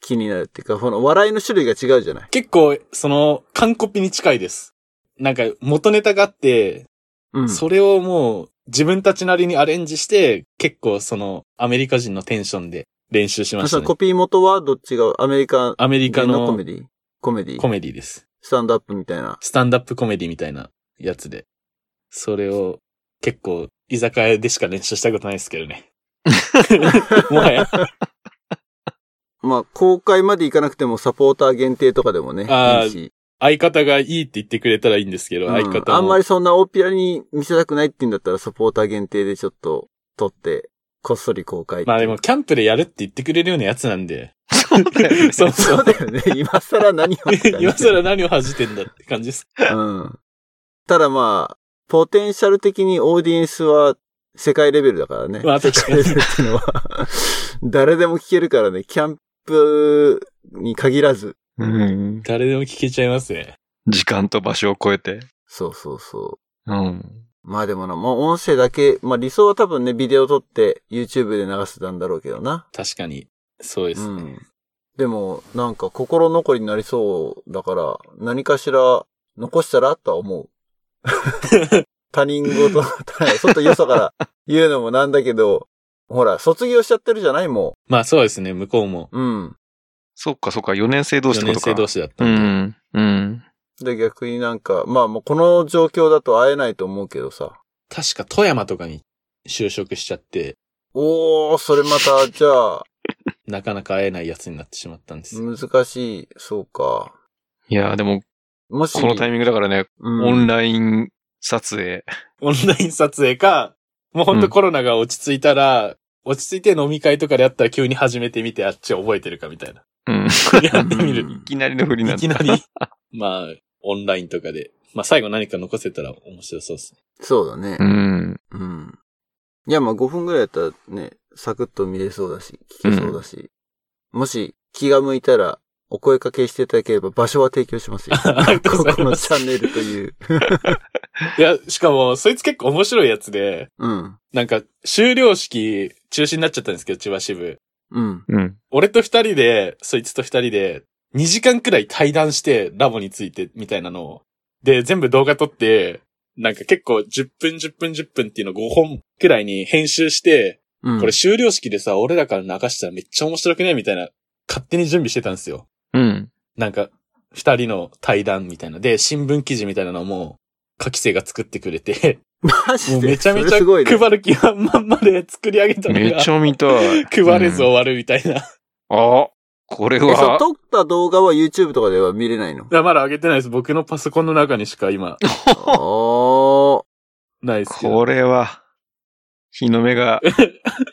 [SPEAKER 1] 気になるっていうか、この笑いの種類が違うじゃない。
[SPEAKER 3] 結構、その、完コピに近いです。なんか、元ネタがあって、
[SPEAKER 1] うん。
[SPEAKER 3] それをもう自分たちなりにアレンジして、結構そのアメリカ人のテンションで練習しま
[SPEAKER 1] あ
[SPEAKER 3] した
[SPEAKER 1] さ、
[SPEAKER 3] ね。
[SPEAKER 1] コピー元はどっちがアメリカ
[SPEAKER 3] アメリカ
[SPEAKER 1] 系のコ
[SPEAKER 3] の
[SPEAKER 1] メディコメディ
[SPEAKER 3] コメディです。
[SPEAKER 1] スタンドアップみたいな。
[SPEAKER 3] スタンダップコメディみたいなやつで。それを結構居酒屋でしか練習したことないですけ どね。もはや。
[SPEAKER 1] まあ、公開までいかなくてもサポーター限定とかでもね、
[SPEAKER 3] あー
[SPEAKER 1] いいし。
[SPEAKER 3] 相方がいいって言ってくれたらいいんですけど、
[SPEAKER 1] うん
[SPEAKER 3] 相方も。
[SPEAKER 1] あんまりそんな大っぴらに見せたくないって言うんだったらサポーター限定でちょっと撮って、こっそり公開。
[SPEAKER 3] まあでも、キャンプでやるって言ってくれるようなやつな んで。
[SPEAKER 2] そうだよね
[SPEAKER 3] そうそ
[SPEAKER 1] そうう。だ よね。今更何をって感じ
[SPEAKER 3] 今更何を恥じてんだって感じです。
[SPEAKER 1] うん。ただまあ、ポテンシャル的にオーディエンスは世界レベルだからね。
[SPEAKER 3] まあ確
[SPEAKER 1] 世
[SPEAKER 3] か
[SPEAKER 1] 界レ
[SPEAKER 3] に
[SPEAKER 1] ベ。ルっていうのは、 誰でも聞けるからね、キャンプに限らず。
[SPEAKER 2] うん。
[SPEAKER 3] 誰でも聞けちゃいますね。
[SPEAKER 2] 時間と場所を超えて。
[SPEAKER 1] そうそうそ
[SPEAKER 2] うん。
[SPEAKER 1] う。まあでもな、もう音声だけ、まあ理想は多分ね、ビデオ撮って YouTube で流せたんだろうけどな。
[SPEAKER 3] 確かに。そうです
[SPEAKER 1] う
[SPEAKER 3] ね。
[SPEAKER 1] ん。でも、なんか心残りになりそうだから、何かしら残したらとは思 う。他人 事、ちょっとよそから言うのもなんだけど、ほら、卒業しちゃってるじゃないも
[SPEAKER 3] まあそうですね。向こうも
[SPEAKER 1] う。うん。
[SPEAKER 2] そっかそっか、4年生同士っ
[SPEAKER 3] 4
[SPEAKER 2] てこ
[SPEAKER 3] 年
[SPEAKER 2] とか。
[SPEAKER 3] 生同士だった
[SPEAKER 2] うん
[SPEAKER 3] で。
[SPEAKER 2] ん。うん。
[SPEAKER 1] で、逆になんか、まあもうこの状況だと会えないと思うけどさ。
[SPEAKER 3] 確か富山とかに就職しちゃって、
[SPEAKER 1] おー、それまた、じゃあ、
[SPEAKER 3] なかなか会えないやつになってしまったんです。
[SPEAKER 1] 難しい、そうか。
[SPEAKER 2] いやーでも、
[SPEAKER 1] もし、
[SPEAKER 2] このタイミングだからね、
[SPEAKER 1] うん
[SPEAKER 2] オンライン撮影。
[SPEAKER 3] オンライン撮影か、もうほん
[SPEAKER 2] う
[SPEAKER 3] と
[SPEAKER 2] ん
[SPEAKER 3] コロナが落ち着いたら、落ち着いて飲み会とかであったら急に始めてみてあっち覚えてるかみたいな。
[SPEAKER 2] うん。
[SPEAKER 3] やってみる
[SPEAKER 1] う。ん
[SPEAKER 2] いきなりの振りなん
[SPEAKER 3] い
[SPEAKER 2] だ
[SPEAKER 3] きなり。まあ、オンラインとかで。まあ最後何か残せたら面白そうですね。
[SPEAKER 1] そうだね
[SPEAKER 2] う。ん。
[SPEAKER 1] うん。いや、まあ5分ぐらいだったらね、サクッと見れそうだし、聞けそうだし、もし気が向いたら、お声かけしていただければ場所は提供しますよ。
[SPEAKER 3] ありがと
[SPEAKER 1] こ
[SPEAKER 3] うござい
[SPEAKER 1] こ
[SPEAKER 3] ま
[SPEAKER 1] の
[SPEAKER 3] す
[SPEAKER 1] チャンネルという。
[SPEAKER 3] いや、しかも、そいつ結構面白いやつで、
[SPEAKER 1] うん。
[SPEAKER 3] なんか、終了式中止になっちゃったんですけど、千葉支部。
[SPEAKER 1] うん。
[SPEAKER 2] うん。
[SPEAKER 3] 俺と二人で、そいつと二人で、2時間くらい対談して、ラボについて、みたいなのを。で、全部動画撮って、なんか結構10分10分10分っていうの5本くらいに編集して、
[SPEAKER 1] うん。
[SPEAKER 3] これ終了式でさ、俺らから流したらめっちゃ面白くねみたいな、勝手に準備してたんですよ。
[SPEAKER 2] うん。
[SPEAKER 3] なんか、二人の対談みたいな。で、新聞記事みたいなのも、下記生が作ってくれて、
[SPEAKER 1] マジ
[SPEAKER 3] もう
[SPEAKER 1] で
[SPEAKER 3] めちゃめち
[SPEAKER 1] それ
[SPEAKER 3] ゃ
[SPEAKER 1] すごいね。
[SPEAKER 3] 配る気はまんまで作り上げたの
[SPEAKER 2] めっち
[SPEAKER 3] が、
[SPEAKER 2] ゃ見た い。
[SPEAKER 3] 配れず
[SPEAKER 2] うん
[SPEAKER 3] 終わるみたいな。
[SPEAKER 2] あ、これ
[SPEAKER 1] え、その
[SPEAKER 2] は、
[SPEAKER 1] 撮った動画は YouTube とかでは見れない の
[SPEAKER 3] いや、まだ上げてないです。僕のパソコンの中にしか今、
[SPEAKER 1] おー。
[SPEAKER 3] ないですけど。
[SPEAKER 2] これは、日の目 が、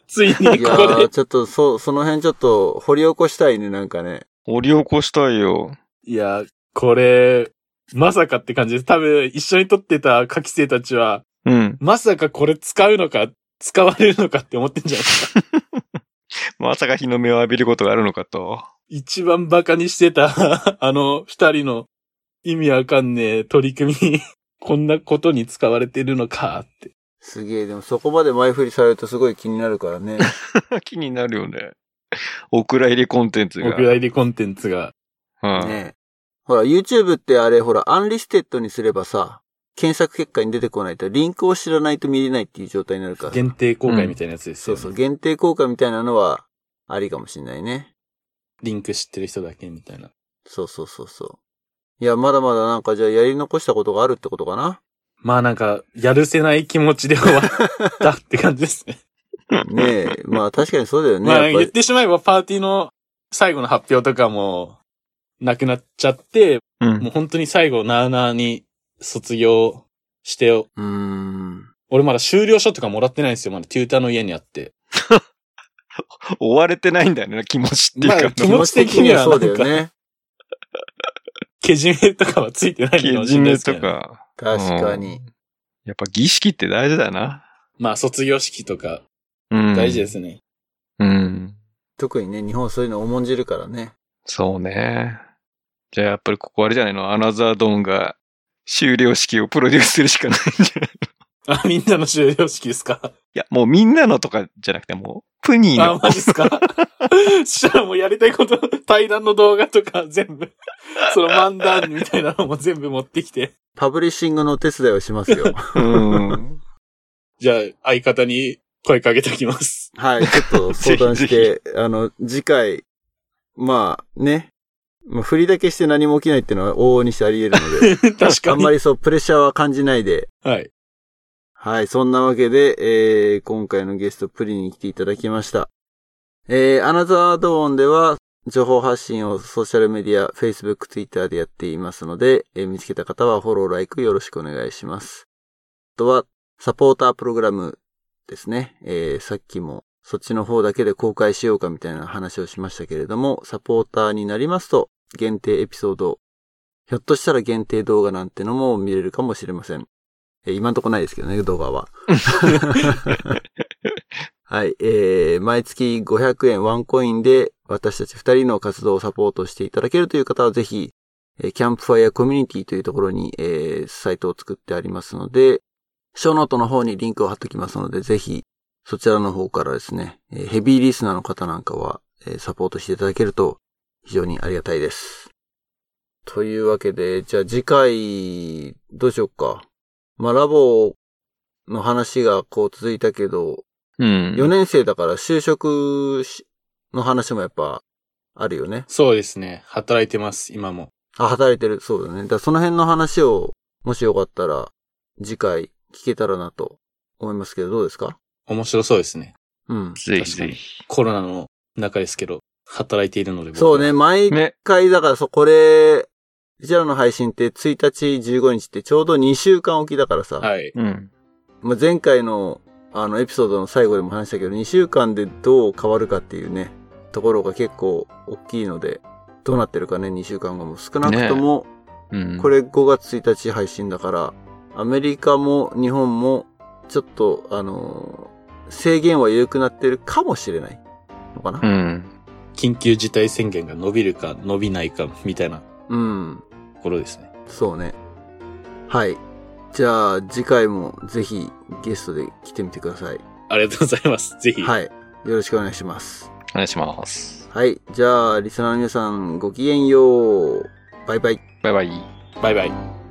[SPEAKER 3] ついに
[SPEAKER 1] いや
[SPEAKER 3] ここ
[SPEAKER 1] ー、
[SPEAKER 3] で。
[SPEAKER 1] ちょっと、そう、その辺ちょっと掘り起こしたいね、なんかね。
[SPEAKER 2] 掘り起こしたいよ。
[SPEAKER 3] いや、これ、まさかって感じです。多分、一緒に撮ってた下記生たちは、
[SPEAKER 2] うん。
[SPEAKER 3] まさかこれ使うのか、使われるのかって思ってんじゃないですか。
[SPEAKER 2] まさか日の目を浴びることがあるのかと。
[SPEAKER 3] 一番バカにしてた、 あの、二人の意味わかんねえ取り組み、 こんなことに使われてるのかって。
[SPEAKER 1] すげえ、でもそこまで前振りされるとすごい気になるからね。
[SPEAKER 2] 気になるよね。お蔵入りコンテンツが。
[SPEAKER 3] 僕ら入りコンテンツが。
[SPEAKER 2] うん
[SPEAKER 1] ねえ。ほら、YouTube ってあれ、ほら、アンリステッドにすればさ、検索結果に出てこないと、リンクを知らないと見れないっていう状態になるからさ。
[SPEAKER 3] 限定公開みたいなやつです
[SPEAKER 1] そ
[SPEAKER 3] よ、
[SPEAKER 1] う
[SPEAKER 3] ね
[SPEAKER 1] そう、限定公開みたいなのは、ありかもしんないね。
[SPEAKER 3] リンク知ってる人だけみたいな。
[SPEAKER 1] そうそうそうそう。いや、まだまだなんか、じゃあやり残したことがあるってことか な
[SPEAKER 3] まあなんか、やるせない気持ちで終わったって感じですね。
[SPEAKER 1] ねえ。まあ確かにそうだよね。
[SPEAKER 3] まあ
[SPEAKER 1] やっぱ
[SPEAKER 3] 言っ
[SPEAKER 1] り。
[SPEAKER 3] てしまえばパーティーの最後の発表とかもなくなっちゃって、
[SPEAKER 2] うん
[SPEAKER 3] もう本当に最後なあなあに卒業してよ。
[SPEAKER 1] うーん。
[SPEAKER 3] 俺まだ修了書とかもらってないんですよ。まだテューターの家にあって。
[SPEAKER 2] 追われてないんだよね、気持ちっていう
[SPEAKER 3] ま
[SPEAKER 2] か
[SPEAKER 3] あ。気持ち的には
[SPEAKER 1] 気持ち的にそうだよね。
[SPEAKER 3] けじめとかはついてないのか
[SPEAKER 2] け
[SPEAKER 3] もし
[SPEAKER 2] じ
[SPEAKER 3] れないで
[SPEAKER 2] め
[SPEAKER 3] すけ
[SPEAKER 2] と
[SPEAKER 3] ど、
[SPEAKER 2] か。
[SPEAKER 1] 確かに。
[SPEAKER 2] やっぱ儀式って大事だな。
[SPEAKER 3] まあ卒業式とか
[SPEAKER 2] うん。。
[SPEAKER 3] 大事ですすね。
[SPEAKER 2] うん。
[SPEAKER 1] 特にね、日本はそういうの重んじるからね。
[SPEAKER 2] そうね。じゃあやっぱりここあれじゃないのアナザードーンが終了式をプロデュースするしかないんじゃない
[SPEAKER 3] あ、みんなの終了式ですか
[SPEAKER 2] いや、もうみんなのとかじゃなくて、もう、プニー
[SPEAKER 3] あ、
[SPEAKER 2] の
[SPEAKER 3] マジっ すかそしたらもうやりたいこと、 対談の動画とか全 部、その漫談みたいなのも全部持ってきて。
[SPEAKER 1] パブリッシングのお手伝いをし ますよ。
[SPEAKER 2] うん。
[SPEAKER 3] じゃあ、相方に声かけておきます。
[SPEAKER 1] はい、ちょっと相談し
[SPEAKER 2] ぜ
[SPEAKER 1] て、あの、次回、まあね、まあ、振りだけして何も起きないっていうのは往々にしてあり得るので、
[SPEAKER 3] 確
[SPEAKER 1] あ
[SPEAKER 3] か
[SPEAKER 1] んま
[SPEAKER 3] に。
[SPEAKER 1] りそう、プレッシャーは感じないで、
[SPEAKER 3] はい。
[SPEAKER 1] はい、そんなわけで、えー、今回のゲストプリに来ていただきました。えー、アナザードーンでは、情報発信をソーシャルメディア、Facebook、Twitter でやっていますので、えー見つけた方はフォロー、ライクよろしくお願いします。あとは、サポータープログラムですね。えー、さっきも、そっちの方だけで公開しようかみたいな話をしましたけれども、サポーターになりますと、限定エピソード、ひょっとしたら限定動画なんてのも見れるかもしれません。えー今んとこないですけどね、動画は。はい、えー、毎月500円ワンコインで私たち2人の活動をサポートしていただけるという方はぜひ、えーキャンプファイアコミュニティというところに、えーサイトを作ってありますので、ショーノートの方にリンクを貼っておきますので、ぜひ、そちらの方からですね、えーヘビーリスナーの方なんかは、えーサポートしていただけると非常にありがたいです。というわけで、じゃあ次回、どうしようか。まあ、ラボの話がこう続いたけど、
[SPEAKER 2] うん。
[SPEAKER 1] 4年生だから就職しの話もやっぱあるよね。
[SPEAKER 3] そうですね。働いてます、今も。
[SPEAKER 1] あ、働いてる。そうだね。だからその辺の話を、もしよかったら、次回聞けたらなと思いますけど、どうですか
[SPEAKER 3] 面白そうですね。
[SPEAKER 1] うん。
[SPEAKER 2] ぜひぜひ。
[SPEAKER 3] コロナの中ですけど、働いているので。僕は
[SPEAKER 1] そうね。。毎
[SPEAKER 2] ね。
[SPEAKER 1] 回、だからそう、これ、うちらの配信って1日、15日ってちょうど2週間おきだからさ、
[SPEAKER 3] はい。
[SPEAKER 2] うん。
[SPEAKER 1] まあ、前回の、あの、エピソードの最後でも話したけど、2週間でどう変わるかっていうね、ところが結構大きいので、どうなってるかね、2週間後も。少なくとも、
[SPEAKER 2] うん。
[SPEAKER 1] これ5月1日配信だから、アメリカも日本も、ちょっと、あのー制限は緩くなってるかもしれないのか
[SPEAKER 2] う
[SPEAKER 1] な。
[SPEAKER 2] ん。
[SPEAKER 3] 緊急事態宣言が伸びるか伸びないか、みたいなと
[SPEAKER 1] うん、
[SPEAKER 3] ころですね。
[SPEAKER 1] そうね。はい。じゃあ、次回もぜひゲストで来てみてください。
[SPEAKER 3] ありがとうございます。ぜひ。
[SPEAKER 1] はい。よろしくお願いします。
[SPEAKER 2] お願いします。
[SPEAKER 1] はい。じゃあ、リスナーの皆さん、ごきげんよう。バイバイ。
[SPEAKER 2] バイバイ。
[SPEAKER 3] バイバイ。